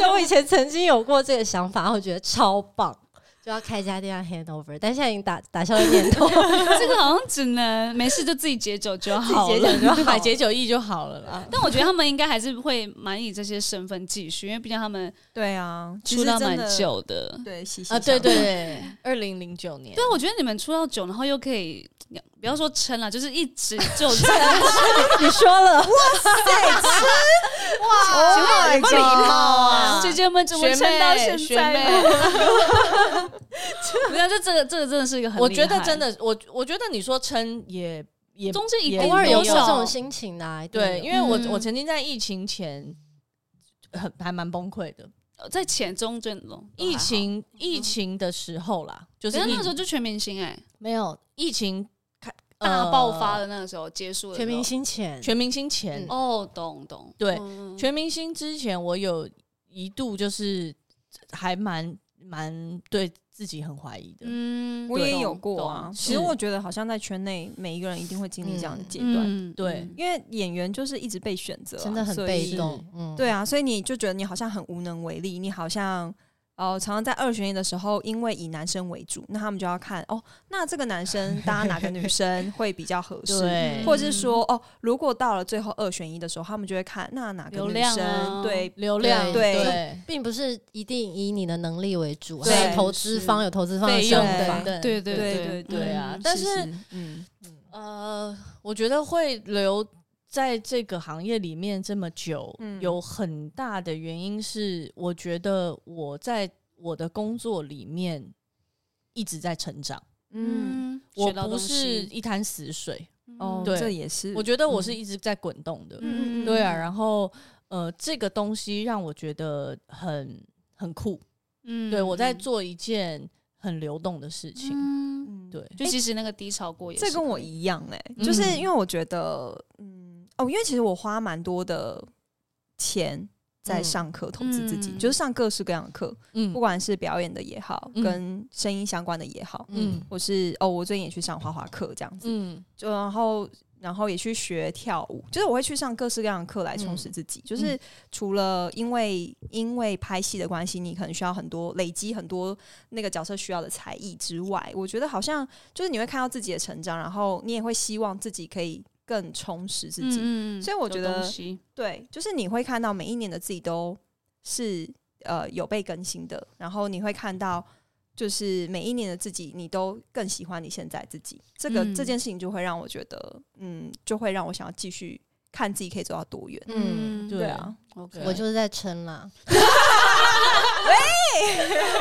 S3: 就我以前曾经有过这个想法，我觉得超棒，就要开一家店叫 Handover，但现在已经打打消了念 头，
S2: 这个好像只能没事就自己解酒就好
S3: 解
S2: 了。
S3: 酒就 好啊
S4: 买解酒液就好了啦。
S2: 但我觉得他们应该还是会蛮以这些身份继续，因为毕竟他们
S1: 对啊，其
S2: 出
S1: 实
S2: 道
S1: 真
S2: 蛮
S1: 的，
S2: 久的。
S1: 对，息息
S4: 啊，对
S1: 相
S4: 对
S1: 关，
S4: 对，二零零九年
S2: 对，，啊我觉得你们出道久，然后又可以，不要说撑了，就是一 直就撑。
S3: 你 说了，
S1: 哇，
S2: 有没有礼貌 啊？
S1: 这
S2: 姐姐们怎么撑到现
S4: 学
S2: 在呢？
S4: 妹，
S2: 不要，这这个这个真的是一个很，
S4: 我觉得真，的，我我觉得你说撑也也
S2: 中间一
S4: 也
S2: 定
S3: 偶尔有
S2: 有
S3: 过这种心情的、啊，一定
S4: 对，
S3: 有
S4: 因为我、
S2: 嗯
S4: 我曾经在疫情前很还蛮崩溃的，
S2: 在浅中间龙
S4: 疫，情疫情的时候啦，就
S2: 嗯可
S4: 是
S2: 是
S4: 疫
S2: 那个时候就全明星哎，
S4: 没有疫情开
S2: 大
S4: 呃
S2: 爆发的那个时候结束了，
S3: 全明星前，
S4: 全明星前，
S3: 嗯
S2: 哦，懂懂，
S4: 对
S2: 嗯
S4: 全明星之前我有一度就是还蛮蛮对自己很怀疑的，
S2: 嗯
S1: 我也有过啊
S4: 懂。
S1: 其实
S4: 是
S1: 我觉觉得好像在圈内每一个人一定会经历这样的阶段，
S2: 嗯
S4: 对
S2: 嗯
S1: 因为演员就是一直被选择啊，
S3: 真的很
S1: 所以
S3: 被动，
S2: 哦
S3: 嗯，
S1: 对啊，所以你就觉得你好像很无能为力，你好像呃，常常在二选一的时候，因为以男生为主，那他们就要看哦，那这个男 生搭哪个女生会比较合适，
S4: 对
S1: 或者是说哦，如果到了最后二选一的时候，他们就会看那哪个
S2: 流
S1: 女
S2: 量
S1: 生、
S2: 啊
S1: 对。
S4: 流量
S1: 对
S4: 对
S3: 并不是一定以你的能力为主，
S1: 对
S3: 还有投资方有投资方的
S4: 费
S3: 想
S4: 用
S1: 对
S3: 法
S4: 等，等，
S2: 对对
S1: 对
S2: 对
S1: 对
S4: 对啊
S2: 嗯
S4: 但是
S1: 嗯，
S4: 呃，我觉得会留在这个行业里面这么久，
S1: 嗯
S4: 有很大的原因是，我觉得我在我的工作里面一直在成长，
S1: 嗯，
S4: 我
S2: 学到
S4: 不
S2: 东
S4: 是
S2: 西嗯
S4: 一滩死水，
S1: 哦，
S4: 对
S1: 这也是，
S4: 我觉得我是一直在滚动的，
S1: 嗯，嗯
S4: 对啊，然后呃，这个东西让我觉得很很酷，
S2: 嗯
S4: 对我在做一件很流动的事情，
S2: 嗯，
S1: 嗯
S4: 对，
S2: 就即使那个低潮过也是可
S1: 这
S2: 以，嗯
S1: 跟我一样哎、就是因为我觉得，嗯，哦，因为其实我花蛮多的钱在
S4: 嗯
S1: 上课投资自己，
S2: 嗯
S1: 就是上各式各样的课，
S4: 嗯
S1: 不管是表演的也好，
S4: 嗯
S1: 跟声音相关的也好，
S4: 嗯
S1: 或是哦，我最近也去上画画课这样子，
S4: 嗯
S1: 就然后然后也去学跳舞，就是我会去上各式各样的课来
S4: 嗯
S1: 充实自己。就是除了因为因为拍戏的关系，你可能需要很多累积很多那个角色需要的才艺之外，我觉得好像就是你会看到自己的成长，然后你也会希望自己可以更充实自己。
S2: 嗯嗯嗯
S1: 所以我
S2: 有
S1: 觉得
S2: 东西
S1: 对，就是你会看到每一年的自己都是呃有被更新的，然后你会看到就是每一年的自己，你都更喜欢你现在自己。这个、
S2: 嗯
S1: 这件事情就会让我觉得，嗯，就会让我想要继续看自己可以走到多远。
S2: 嗯
S3: 嗯
S4: 对
S1: 对啊，
S2: ，OK，
S3: 我就是在 撑啦。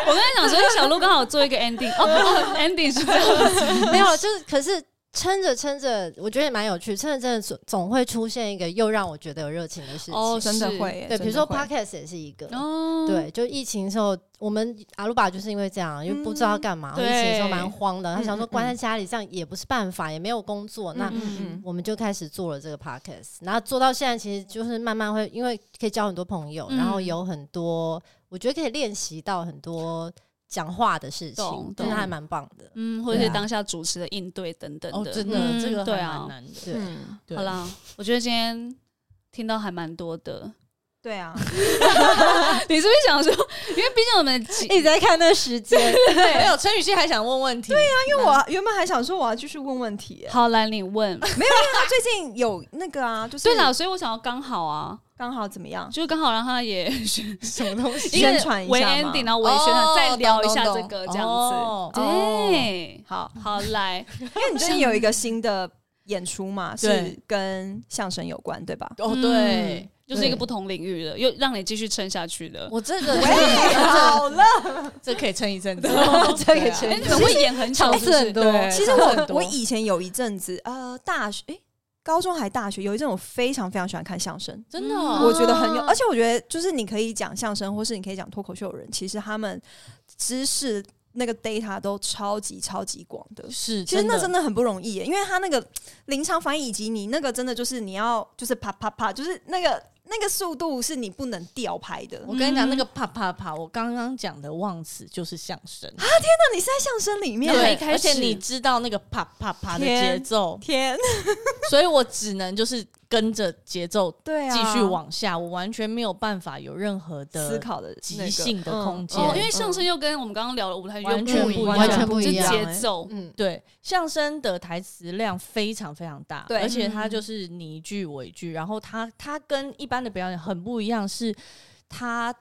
S2: 我刚才想说，哎小鹿刚好做一个 ending，哦哦，ending 是这样，
S3: 没有，就是可是撑着撑着，我觉得也蛮有趣。撑着撑着，总总会出现一个又让我觉得有热情的事情。
S2: 哦
S1: 真的会耶，
S3: 对，
S1: 真的
S3: 比如说
S1: 会
S3: podcast 也是一个。
S2: 哦，
S3: 对，就疫情的时候，我们阿鲁巴就是因为这样，又不知道干嘛，
S2: 嗯
S3: 疫情的时候
S2: 对
S3: 蛮慌的。他想说
S1: 嗯嗯
S3: 关在家里这样也不是办法，也没有工作，那
S1: 嗯嗯
S3: 我们就开始做了这个 podcast，然后做到现在，其实就是慢慢会，因为可以交很多朋友，
S2: 嗯
S3: 然后有很多，我觉得可以练习到很多讲话的事
S2: 懂
S3: 情，真的
S2: 懂
S3: 还蛮棒的。
S2: 嗯，或者是
S3: 对啊
S2: 当下主持的应对等等
S4: 哦，
S2: 的，
S4: 真的、
S2: 嗯
S4: 这个
S2: 对
S4: 还
S2: 啊
S4: 蛮，难的。
S3: 对
S1: 嗯，
S4: 对
S2: 好，啦， 我觉得今天听到还蛮多的。
S1: 对啊，
S2: 你是不是想说，因为毕竟我 们 几
S3: 一直在看那个时间，
S4: 没有陈雨欣还想问问题，对
S3: 啊
S4: 呀、
S1: 因为我啊原本还想说我要继续问问题耶，
S2: 好来你 问，
S1: 他最近有那个啊，就是
S2: 对啦，所以我想要刚好啊，
S1: 刚好怎么样？
S2: 就是刚好让他也 宣
S4: 什么东西？
S1: 宣传一下
S2: 为
S1: 嘛
S2: ending，然后我也宣传，
S4: 哦
S2: 再聊一下
S1: 懂
S2: 这
S1: 懂
S2: 个
S4: 懂
S2: 这样
S4: 哦
S2: 子。对，
S1: 好，
S2: 好来，
S1: 因为你最近有一个新的演出嘛，是
S4: 对
S1: 跟相声有关，对吧？
S4: 哦，
S2: 嗯
S4: 对，
S2: 就是一个
S4: 对
S2: 不同领域的，又让你继续撑下去的。
S4: 我这个
S1: 哎好了， 啊
S4: 这可以撑一阵子，
S3: 这可以撑
S2: 哎，你们会演很久，
S3: 场
S2: 是不
S3: 次
S2: 是
S3: 很多，
S4: 对
S1: 哎其实
S4: 差很
S1: 我
S4: 多
S1: 我以前有一阵子，呃，大学诶、高中还大学有一阵，我非常非常喜欢看相声，
S4: 真的、
S2: 嗯
S4: 哦，
S1: 我觉得很有，而且我觉得就是你可以讲相声，或是你可以讲脱口秀的人，其实他们知识那个 data 都超级超级广的。
S4: 嗯是，
S1: 其实那真
S4: 的
S1: 的很不容易耶，因为他那个临场反应以及你那个真的就是你要就是啪啪啪，就是那个那个速度是你不能掉拍的。
S4: 我跟你讲，
S2: 嗯
S4: 那个啪啪啪，我刚刚讲的忘词就是相声，
S1: 那你是在相声里面
S2: 那么
S4: 对
S2: 一开
S4: 而且
S2: 始
S4: 你知道那个啪啪啪的
S1: 天
S4: 节奏，
S1: 天，
S4: 所以我只能就是跟着节奏
S1: 对啊，
S4: 继续往下，我完全没有办法有任何的
S1: 思考的嗯那个
S4: 即兴的空间。
S2: 哦，因为相声又跟我们刚刚聊的舞台剧又
S4: 完全
S2: 一
S4: 不
S2: 样，
S4: 一样完哎全
S3: 不一样
S2: 就节奏。
S3: 嗯，
S4: 对相声的台词量非常非常大，
S1: 对
S4: 而且它
S1: 嗯
S4: 就是你一句我一句，然后它它跟一般的表演很不一样，是它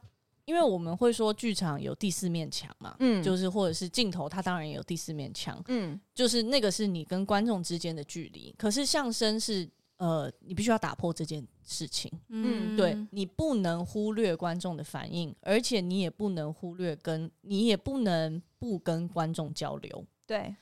S4: 因为我们会说剧场有第四面墙嘛，
S1: 嗯
S4: 就是或者是镜头，它当然也有第四面墙，
S1: 嗯
S4: 就是那个是你跟观众之间的距离。可是相声是呃，你必须要打破这件事情，
S1: 嗯
S4: 对你不能忽略观众的反应，而且你也不能忽略跟你也不能不跟观众交流。
S1: 对，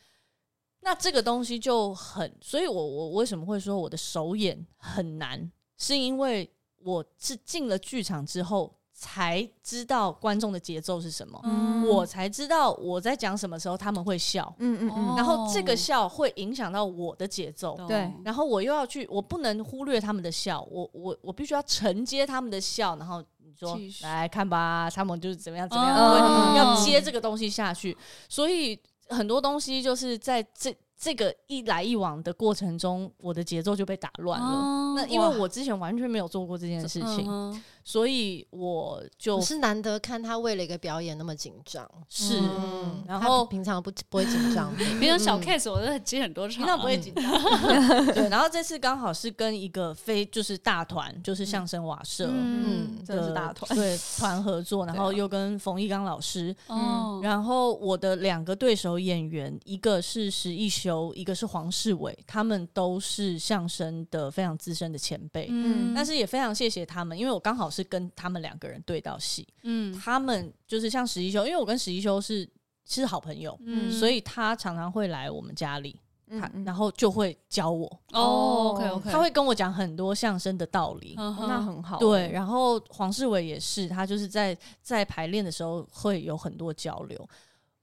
S4: 那这个东西就很，所以我我为什么会说我的首演很难，是因为我是进了剧场之后才知道观众的节奏是什么，
S1: 嗯
S4: 我才知道我在讲什么时候他们会笑，
S1: 嗯嗯嗯，
S4: 然后这
S2: 哦
S4: 个笑会影响到我的节奏。
S2: 懂
S1: 对
S4: 然后我又要去，我不能忽略他们的笑，我我我必须要承接他们的笑，然后你说
S2: 继续
S4: 来看吧，他们就是怎么样怎么样，
S2: 哦
S4: 会要接这个东西下去，所以很多东西就是在这这个一来一往的过程中，我的节奏就被打乱了。
S2: 哦
S4: 那因
S2: 哇
S4: 为我之前完全没有做过这件事情，
S2: 嗯哼
S4: 所以我就
S3: 我是难得看他为了一个表演那么紧张，
S4: 是
S3: 嗯，
S4: 然
S3: 他
S4: 后
S3: 平常不不会紧张的，
S2: 平常小 case 我都接很多场
S4: 平
S2: 啊，
S4: 常不会
S3: 嗯
S4: 紧张。 对，然后这次刚好是跟一个非就是大团，就是相声瓦舍。
S2: 嗯
S3: 嗯
S1: 真的是
S4: 的
S1: 大团，啊
S4: 对团合作，然后又跟冯一刚老师，
S2: 哦，
S1: 嗯
S4: 然后我的两个对手演员，一个是石一修，一个是黄世伟，他们都是相声的非常资深的前辈。
S1: 嗯
S4: 但是也非常谢谢他们，因为我刚好是跟他们两个人对到戏，
S2: 嗯
S4: 他们就是像石一修，因为我跟石一修是是好朋友，
S2: 嗯
S4: 所以他常常会来我们家里，他
S1: 嗯嗯
S4: 然后就会教我，
S2: 哦，OK OK，
S4: 他会跟我讲很多相声的道理，
S2: 嗯哦
S1: 那很好，欸
S4: 对，，然后黄世伟也是，他就是在在排练的时候会有很多交流。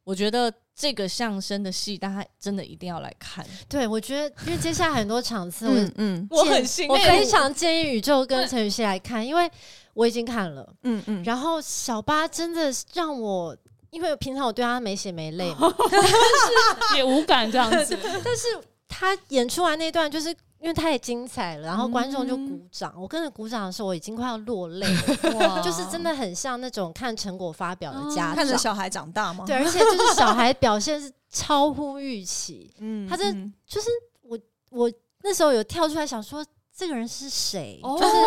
S4: 我觉得这个相声的戏，大家真的一定要来看。
S3: 对我觉得，因为接下来很多场次，我
S1: 嗯嗯
S4: 我
S3: 建
S4: 很欣
S3: 我
S4: 慰
S3: 非
S4: 我
S3: 常建议宇宙跟陈雨希来看，因为我已经看了。
S1: 嗯嗯，
S3: 然后小八真的让我，因为平常我对他没血没泪嘛，
S2: 也无感这样子，
S3: 但是他演出完那段就是。因为太精彩了，然后观众就鼓掌。
S1: 嗯
S3: 我跟着鼓掌的时候，我已经快要落泪 了，
S2: 哇
S3: 就是真的很像那种看成果发表的家
S1: 看着
S3: 长。
S1: 小孩长大吗？
S3: 对，，而且就是小孩表现是超乎预期，
S1: 嗯
S3: 他这
S1: 嗯
S3: 就是我我那时候有跳出来想说，这个人是谁？
S2: 哦
S3: 就是是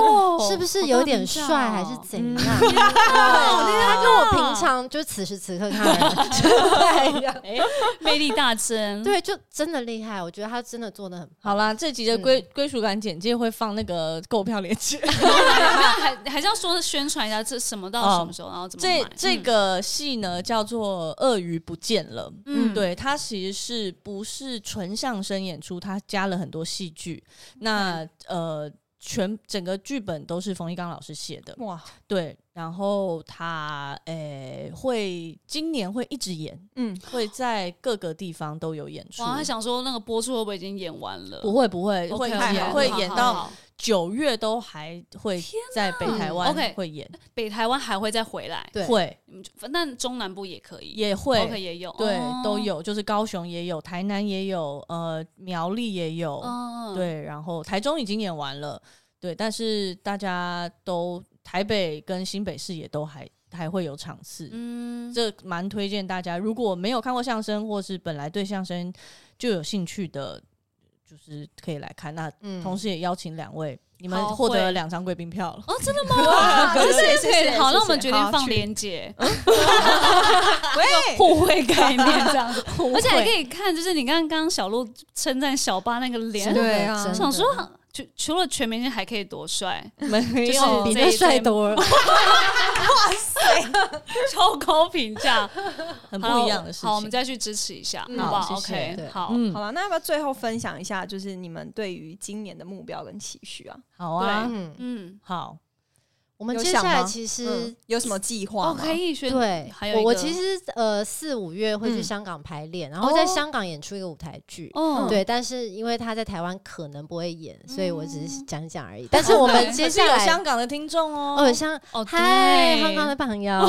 S3: 不
S2: 好
S3: 是
S2: 高
S3: 有点
S2: 评价
S3: 帅还
S2: 哦
S3: 是怎
S1: 嗯
S3: 样？对，他跟我平常刚就是此时此刻看到的人 就不
S1: 哎
S3: 太一 样。
S2: 哎魅力大增。
S3: 对，就真的厉害，我觉得他真的做的很
S4: 好啦，这集的归归属感简介会放那个购票链接。
S2: 还 还是要说宣传一下，这什么到什么时候，然后怎么
S4: 这
S2: 买
S4: 这个戏呢叫做《鳄鱼不见了》，
S2: 嗯
S4: 对，它其实是不是纯相声演出，它加了很多戏剧。那呃，全整个剧本都是冯一刚老师写的，
S1: 哇，
S4: 对。然后他诶、会今年会一直演，
S1: 嗯，
S4: 会在各个地方都有演出。
S2: 哇，他想说那个播出会不会已经演完了？
S4: 不会不会
S2: OK，
S4: 会
S2: 好
S4: 演
S2: 好
S4: 会
S2: 好
S4: 演
S2: 好
S4: 到
S2: 好
S4: 九月都还会在北台湾
S2: OK
S4: 会演，
S2: 北台湾还会再回来，
S3: 对
S4: 会
S2: 你们就但中南部也可以，
S4: 也会
S2: OK 也有，
S4: 对，
S2: 哦
S4: 都，有，就是高雄也有，台南也有，呃，苗栗也有，
S2: 嗯，
S4: 对，然后台中已经演完了，对，但是大家都台北跟新北市也都还还会有场次，
S2: 嗯，
S4: 这蛮推荐大家，如果没有看过相声，或是本来对相声就有兴趣的，就是可以来看。那
S3: 嗯
S4: 同时也邀请两位，你们
S2: 好
S4: 获得
S2: 会
S4: 了两张贵宾票了。
S2: 哦，真的吗？
S1: 哇，
S2: 这
S1: 谢
S2: 是
S1: 谢
S2: 可以
S1: 谢
S2: 的
S1: 谢
S2: 好，
S1: 谢
S2: 那我们
S1: 谢
S2: 决
S1: 好
S2: 定放
S1: 去
S2: 连结，
S1: 喂，
S2: 互惠概念这样子，而且还可以看，就是你刚刚小鹿称赞小八那个脸，
S1: 对啊
S3: 真的
S2: 想说除除了全明星还可以多帅，
S4: 没
S2: 就是
S4: 有
S3: 比
S2: 这
S3: 那
S2: 一
S3: 帅
S2: 对
S3: 多了。
S2: 超高评价，
S4: 很
S2: 好
S4: 不一样的事情。嗯
S2: 好，我们再去支持一下，
S1: 嗯
S2: 好不好
S4: 好谢谢
S2: ？OK，
S3: 对
S2: 好。
S4: 嗯
S1: 好，了，那要不要最后分享一下，就是你们对于今年的目标跟期许啊？
S4: 好啊，
S3: 嗯，
S2: 嗯，
S4: 好，
S3: 我们
S1: 有
S3: 接
S1: 想
S3: 下来
S1: 吗
S3: 其实
S1: 嗯，有什么计划
S2: 哦，
S1: 吗？
S2: 可以选
S3: 对
S2: 还，有
S3: 我
S2: 一
S3: 我
S2: 个
S3: 其实呃四五月会去
S1: 嗯
S3: 香港排练，然后在
S1: 哦
S3: 香港演出一个舞台剧。
S2: 哦，
S3: 嗯对，但是因为他在台湾可能不会演，所以我只是讲讲而已。但
S2: 但
S3: 是我
S2: 好
S3: 们
S2: 可
S3: 接
S4: 可是
S3: 下
S4: 有
S3: 来，
S4: 香港的听众哦，
S3: 哦，香
S2: 哦，
S3: 嗨，
S2: 对
S3: 香港的朋友，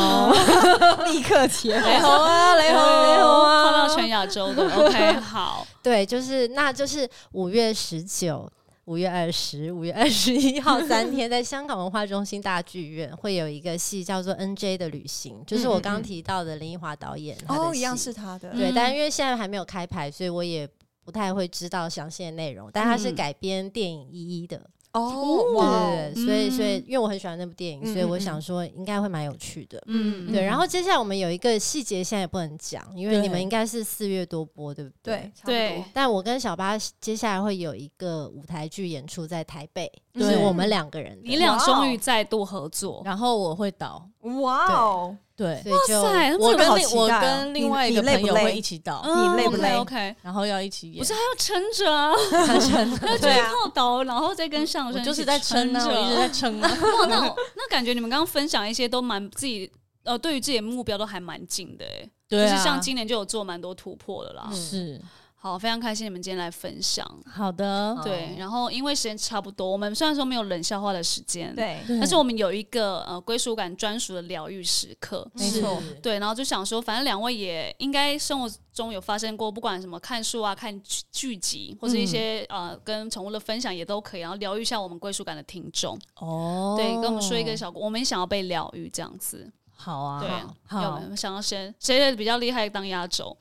S1: 立刻切
S2: 雷
S1: 换。
S2: 猴啊，雷
S4: 猴雷猴啊
S2: 跨到全亚洲的 OK，好，
S3: 对，就是那就是五月十九、五月二十、五月二十一号三天，在香港文化中心大剧院会有一个戏叫做《N J 的旅行》，就是我
S1: 嗯
S3: 刚
S1: 嗯
S3: 刚
S1: 嗯
S3: 提到的林奕华导演他的
S1: 哦，一样
S3: 戏
S1: 是他的，
S3: 对，
S2: 嗯
S3: 但因为现在还没有开牌，所以我也。不太会知道详细的内容，但它是
S2: 嗯
S3: 改编电影《一一》的，
S1: 哦，
S3: 对
S1: 哇
S3: 对
S1: 哦，
S3: 对，所以所以
S2: 嗯
S3: 因为我很喜欢那部电影，所以
S1: 嗯嗯
S3: 我
S1: 嗯
S3: 想说应该会蛮有趣的，
S2: 嗯，
S3: 对。
S2: 嗯
S3: 然后接下来我们有一个细节现在也不能讲，因为
S4: 对
S3: 你们应该是四月多播，对不
S1: 对，差不多
S2: 对，
S3: 但我跟小八接下来会有一个舞台剧演出在台北，
S1: 嗯
S3: 就是我们两个人的，
S2: 你俩
S1: 哇哦
S2: 终于再度合作，
S4: 然后我会导，
S1: 哇哦，
S4: 对，
S3: 所以就
S2: 哇塞
S4: 我
S1: 这个
S4: 跟
S1: 好
S4: 另
S1: 期
S4: 我
S1: 待哦
S4: 跟另
S1: 你
S4: 外一
S1: 你
S4: 个
S1: 累
S4: 朋
S1: 不
S4: 友会
S1: 累
S4: 一起导，
S2: 嗯
S1: 你累不累
S2: ？OK，
S4: 然后要一起演，
S2: 不是还要撑着啊，要就
S1: 对
S2: 是
S1: 啊
S2: 靠倒，然后再跟上
S4: 我
S2: 身，
S4: 就是在撑啊，
S2: 着。
S4: 我一直在撑 啊。
S2: 哇，那我那感觉你们刚刚分享一些都蛮自己。呃，对于自己的目标都还蛮近的、欸，
S4: 对
S2: 就是像
S4: 啊，
S2: 今年就有做蛮多突破的啦。
S3: 嗯
S4: 是
S2: 好，非常开心你们今天来分享。
S4: 好的，
S2: 对，然后因为时间差不多，我们虽然说没有冷笑话的时间，，
S1: 对，
S2: 但是我们有一个呃归属感专属的疗愈时刻。
S4: 嗯
S1: 没错
S4: 是
S2: 对，然后就想说，反正两位也应该生活中有发生过，不管什么看书啊、看剧剧集，或是一些、呃跟宠物的分享也都可以，然后疗愈一下我们归属感的听众。
S4: 哦，
S2: 对，跟我们说一个小故，我们也想要被疗愈这样子。
S4: 好啊，
S2: 对，要
S4: 好
S2: 我，们想要先谁的比较厉害当压轴，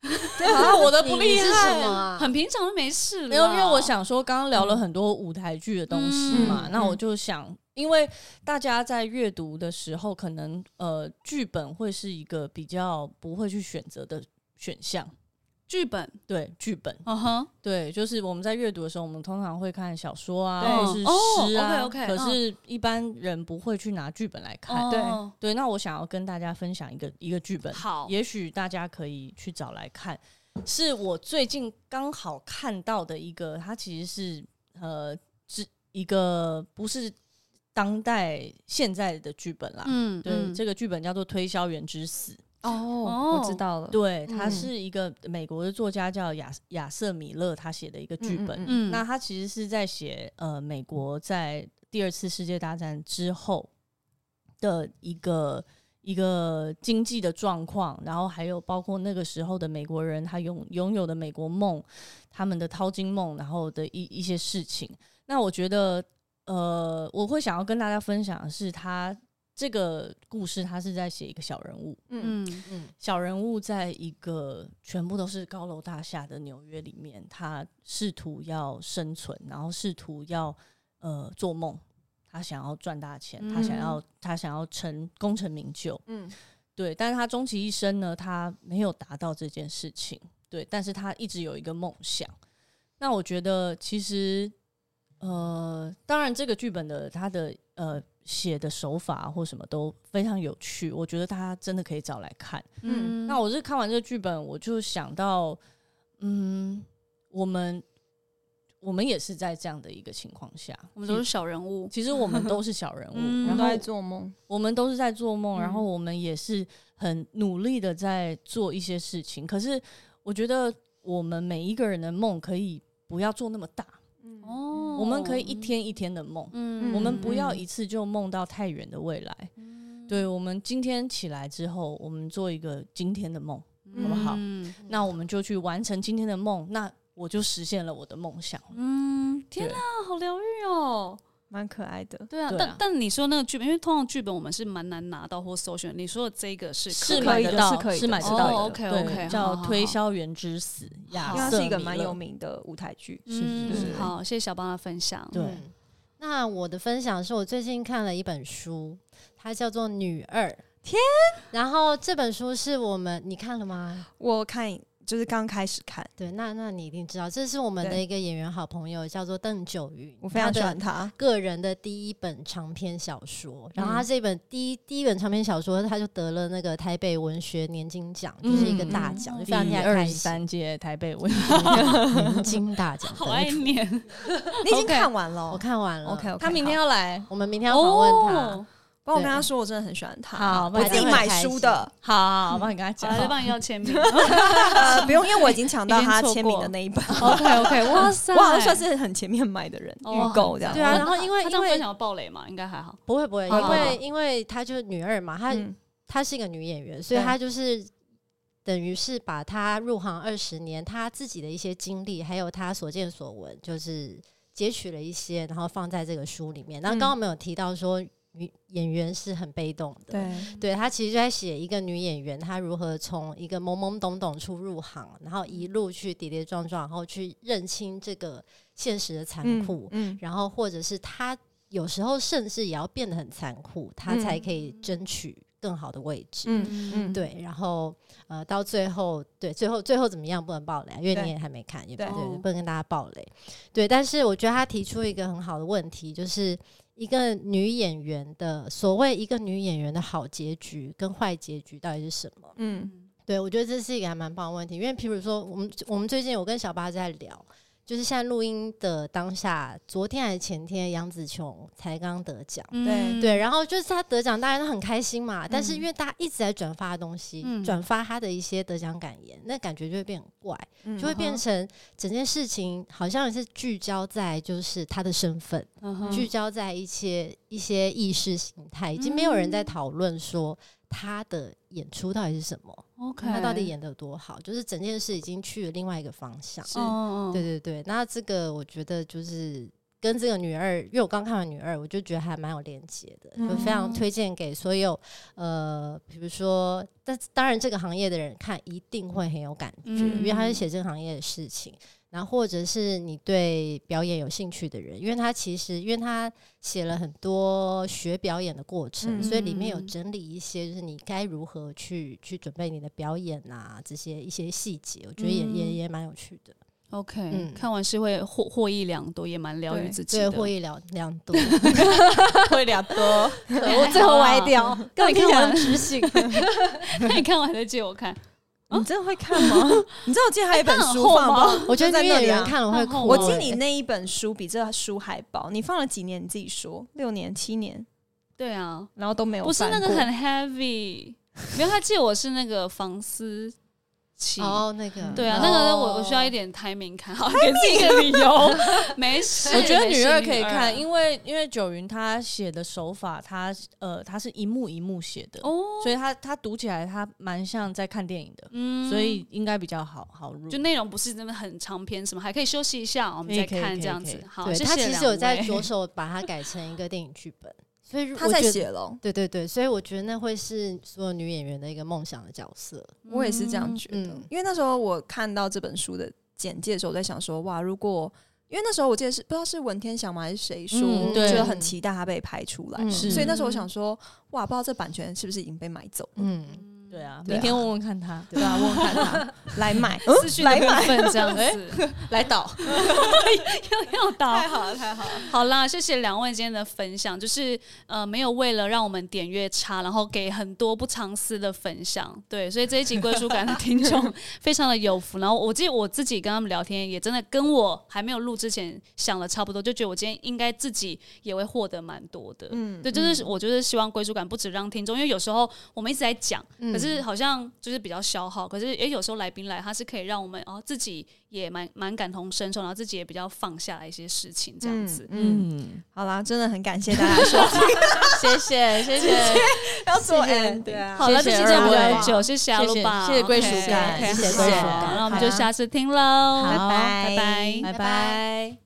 S4: 啊，我的
S3: 你
S4: 不
S3: 你
S4: 厉
S3: 是什么
S4: 害。
S3: 啊？
S2: 很平常就没事啦。
S4: 没有，因为
S2: 嗯
S4: 我想说，刚刚聊了很多舞台剧的东西嘛，
S1: 嗯
S4: 那我就想，因为大家在阅读的时候，可能呃，剧本会是一个比较不会去选择的选项。
S2: 剧本，
S4: 对，剧本，
S2: 嗯哼，
S4: 对，就是我们在阅读的时候，我们通常会看小说
S1: 对
S4: 啊，或是
S2: 哦
S4: 诗啊。
S2: OK，OK，
S4: 可是，一般人不会去拿剧本来看。
S2: 哦
S1: 对
S4: 对，那我想要跟大家分享一个一个剧本，
S2: 好，
S4: 也许大家可以去找来看，是我最近刚好看到的一个，它其实是呃，是一个不是当代现在的剧本啦。
S2: 嗯，
S4: 对，
S2: 嗯
S4: 这个剧本叫做《推销员之死》，
S1: 哦
S2: 我知
S1: 道了，
S4: 对，它
S3: 嗯
S4: 是一个美国的作家叫亚亚瑟米勒他写的一个剧本。
S1: 嗯
S2: 嗯，
S4: 那他其实是在写呃美国在第二次世界大战之后的一个一个经济的状况，然后还有包括那个时候的美国人他拥拥有的美国梦，他们的淘金梦，然后的一一些事情。那我觉得呃，我会想要跟大家分享的是他。这个故事，他是在写一个小人物，
S1: 嗯
S2: 嗯
S3: 嗯，
S4: 小人物在一个全部都是高楼大厦的纽约里面，他试图要生存，然后试图要呃做梦，他想要赚大钱，他想要他想要成功成名就，
S1: 嗯
S4: 对，但是他终其一生呢，他没有达到这件事情。对，但是他一直有一个梦想。那我觉得其实，呃，当然这个剧本的他的呃写的手法或什么都非常有趣，我觉得大家真的可以找来看。
S1: 嗯
S4: 那我是看完这个剧本，我就想到，嗯，我们我们也是在这样的一个情况下，
S2: 我们都是小人物，
S4: 其实我们都是小人物，
S2: 嗯
S4: 然
S1: 都
S4: 后
S1: 在做梦，
S4: 我们都是在做梦，
S2: 嗯
S4: 然后我们也是很努力的在做一些事情。可是我觉得我们每一个人的梦可以不要做那么大，
S1: 嗯
S2: 哦
S4: 我们可以一，天一天的梦，
S2: 嗯嗯
S4: 我们不要
S1: 嗯
S4: 一次就梦到太远的未来。对，我们今天起来之后，我们做一个今天的梦，
S2: 嗯
S4: 好不好？
S2: 嗯
S4: 那我们就去完成今天的梦，那我就实现了我的梦想。
S2: 嗯，天
S4: 对
S2: 哪，好疗愈哦！
S1: 蛮可爱的。
S2: 对啊，
S4: 对啊
S2: 但但你说那个剧本，因为通常剧本我们是蛮难拿到或搜寻，你说的这个是
S4: 是
S1: 可
S4: 买
S1: 以
S4: 得
S1: 的
S4: 到，
S1: 是可以
S4: 是
S1: 的
S4: 买得
S2: 哦
S4: 到的。
S2: ，OK，OK，
S4: 对
S2: 好
S4: 叫
S2: 好好
S4: 《推销员之死》，
S1: 因
S4: 亚
S1: 为它
S4: 瑟
S1: 是一个
S4: 米
S1: 蛮
S4: 勒
S1: 有名的舞台剧，
S2: 嗯
S4: 是
S1: 是是
S2: 好，谢谢小邦的分享。
S4: 对
S3: 嗯那我的分享是我最近看了一本书，它叫做《女二》。
S1: 天！
S3: 然后这本书是我们你看了吗？
S1: 我看就是刚开始看，
S3: 对，那那你一定知道，这是我们的
S1: 对
S3: 一个演员好朋友，叫做邓九云，
S1: 我非常
S3: 她
S1: 喜
S3: 的
S1: 欢他。
S3: 个人的第一本长篇小说，然后他这本第一、第一本长篇小说，他就得了那个台北文学年金奖，就是一个大奖，就非
S4: 第
S3: 常替他开
S4: 嗯二十
S3: 心。
S4: 三届台北文
S3: 年金大 奖，
S2: 好爱念。
S1: 你已经
S4: OK
S1: 看完了
S3: 哦我看完了。
S1: ，OK，
S4: 他明天要来，
S3: 我们明天要访问他。
S2: 哦，
S1: 帮我跟他说，我真的很喜欢他。
S4: 好
S1: 我自己买书的，
S4: 好，我帮你跟他
S2: 好
S4: 讲
S2: 了，。再帮你要签 名。
S1: 嗯
S3: 哦
S1: 呃，不用，因为我已经抢到
S2: 已经
S1: 他
S2: 错
S1: 签名
S2: 过哦
S1: 的那一本，
S2: OK OK，哇塞，
S1: 我好像算是很前面买的人，
S2: 欸哦
S1: 预购这样。
S3: 对啊
S2: 那
S3: 然后因为
S2: 他这样
S3: 因为
S2: 分享有暴雷嘛，应该还好。
S3: 不会不会，
S2: 好
S3: 因
S2: 好好
S3: 为因为她就是女二嘛，她
S1: 哦嗯
S3: 她是一个女演员，所以
S1: 对
S3: 她就是等于是把她入行二十年，她自己的一些经历，还有她所见所闻，就是截取了一些，然后放在这个书里
S1: 嗯
S3: 面。然后刚刚我们有提到说，女演员是很被动的，
S1: 对，
S3: 对她其实就在写一个女演员，她如何从一个懵懵懂懂处入行，然后一路去跌跌撞撞，然后去认清这个现实的残酷。
S1: 嗯，
S3: 然后或者是她有时候甚至也要变得很残酷，她
S1: 嗯
S3: 才可以争取更好的位置。
S1: 嗯嗯，
S3: 对，然后呃，到最后，对，最后最后怎么样不能爆雷啊，因为
S1: 对
S3: 你也还没看，也不
S1: 对
S3: 对，对
S2: 哦
S3: 不能跟大家爆雷。对，但是我觉得他提出一个很好的问题，就是一个女演员的所谓一个女演员的好结局跟坏结局到底是什么？
S1: 嗯
S3: 对，我觉得这是一个还蛮棒的问题，因为譬如说，我们我们最近有跟小八在聊，就是现在录音的当下，昨天还是前天，杨紫琼才刚得奖，
S2: 嗯
S1: 对
S3: 对，然后就是她得奖，当然她很开心嘛，但是
S1: 嗯
S3: 因为大家一直在转发东西，
S2: 嗯
S3: 转发她的一些得奖感言，那感觉就会变很怪，
S1: 嗯，
S3: 就会
S2: 嗯
S3: 变
S2: 哼
S3: 成整件事情好像是聚焦在就是她的身份，
S2: 嗯哼，
S3: 聚焦在一些一些意识形态，已经没有人在
S2: 嗯
S3: 讨论说她的演出到底是什么。
S2: OK，
S3: 他到底演的有多好，就是整件事已经去了另外一个方向。
S1: 是
S2: 哦哦，哦
S3: 对，对对，那这个我觉得就是跟这个女二，因为我刚看完女二，我就觉得还蛮有连接的，就非常
S2: 嗯
S3: 推荐给所有呃，比如说，但当然这个行业的人看一定会很有感觉，
S2: 嗯
S3: 因为他是写这个行业的事情。然后或者是你对表演有兴趣的人，因为他其实因为他写了很多学表演的过程，
S1: 嗯
S3: 所以里面有
S2: 嗯
S3: 整理一些就是你该如何去去准备你的表演啊这些一些细节，我觉得也、也
S2: 嗯
S3: 也蛮有趣的。
S2: OK，、
S3: 嗯
S2: 看完是会获获益良多，也蛮疗愈
S1: 对
S2: 自己
S3: 对，
S2: 的。
S3: 获益良良 多。
S4: 会俩多，
S3: 我最后歪掉，
S2: 那你看完，
S3: 执行。
S2: 那你 看完再借我看。
S1: 你真的会看吗？你知道我记得还有一本
S2: 那很
S1: 书
S2: 厚
S1: 放
S2: 吗
S1: 包，
S3: 我觉
S1: 就
S3: 得
S1: 在
S3: 女
S1: 那
S3: 演
S1: 里
S3: 员
S1: 啊。
S3: 看了会哭。哦
S1: 我记得你那一本书比这书还薄，你放了几年？你自己说，六年、七年，
S2: 对啊，
S1: 然后都没有
S2: 不是
S1: 翻
S2: 那个
S1: 过
S2: 很 heavy，没有他借我是那个房思琪。
S3: 哦，那个
S2: 对啊，
S1: 哦
S2: 那个我我需要一点 timing 看，好给自己一个理由。没事，
S4: 我觉得
S2: 没
S4: 女
S2: 事
S4: 二可以看，
S2: 为
S4: 因为因为九云她写的手法，她呃，她是一幕一幕写的，
S2: 哦，
S4: 所以她她读起来她蛮像在看电影的，
S2: 嗯
S4: 所以应该比较好好入
S2: 就。内容不是真的很长篇，什么还可以休息一下，我们再
S4: 可以可以
S2: 看这样
S4: 可以
S2: 子
S4: 可以。
S2: 好，
S3: 对
S2: 谢
S3: 他
S2: 谢
S3: 其实
S2: 两
S3: 有在
S2: 位
S3: 着手把它改成一个电影剧本，所以
S1: 他
S3: 我
S1: 在
S3: 觉得。
S1: 写了，
S3: 对对对，所以我觉得那会是所有女演员的一个梦想的角色。
S1: 我也是这样觉得
S3: 嗯，
S1: 因为那时候我看到这本书的简介的时候，我在想说，哇，如果因为那时候我记得是不知道是文天祥吗还是谁说，
S4: 嗯
S1: 觉
S4: 对
S1: 得很期待他被拍出来，
S3: 嗯
S4: 是
S1: 所以那时候我想说，哇，不知道这版权是不是已经被买走了，
S3: 嗯，
S4: 对啊，
S1: 对啊
S4: 明天问问看他，对啊，问问看他
S1: 来买，
S2: 资讯的
S1: 嗯来
S2: 部
S1: 买，
S2: 分这样
S4: 哎
S2: 子，
S4: 来导，
S2: 要要到
S1: 好了，太好了，
S2: 好啦，谢谢两位今天的分享，就是呃没有为了让我们点阅差，然后给很多不藏私的分享，对，所以这一集归属感的听众非常的有福。然后我记得我自己跟他们聊天，也真的跟我还没有录之前想的差不多，就觉得我今天应该自己也会获得蛮多的。
S1: 嗯，
S2: 对，就是我就是希望归属感不止让听众，因为有时候我们一直在讲，
S3: 嗯
S2: 可是哎好像就是比较消耗。可是也有时候来宾来，他是可以让我们哦自己也蛮蛮感同身受，然后自己也比较放下来一些事情这样子。
S1: 嗯，
S4: 嗯，
S1: 好啦，真的很感谢大家收听，
S4: 谢谢谢谢
S1: 要做
S4: 谢谢
S1: end，对啊，
S2: 好了，这
S4: 谢谢
S2: 期节目
S4: 二位
S2: 很久，谢谢阿鲁巴，
S4: 谢谢归属感
S2: OK，
S1: 谢谢
S2: 好
S1: 归属
S2: 好
S1: 感
S2: 那我们
S1: 好
S2: 就下次听喽，
S1: 拜
S2: 拜拜
S4: 拜拜。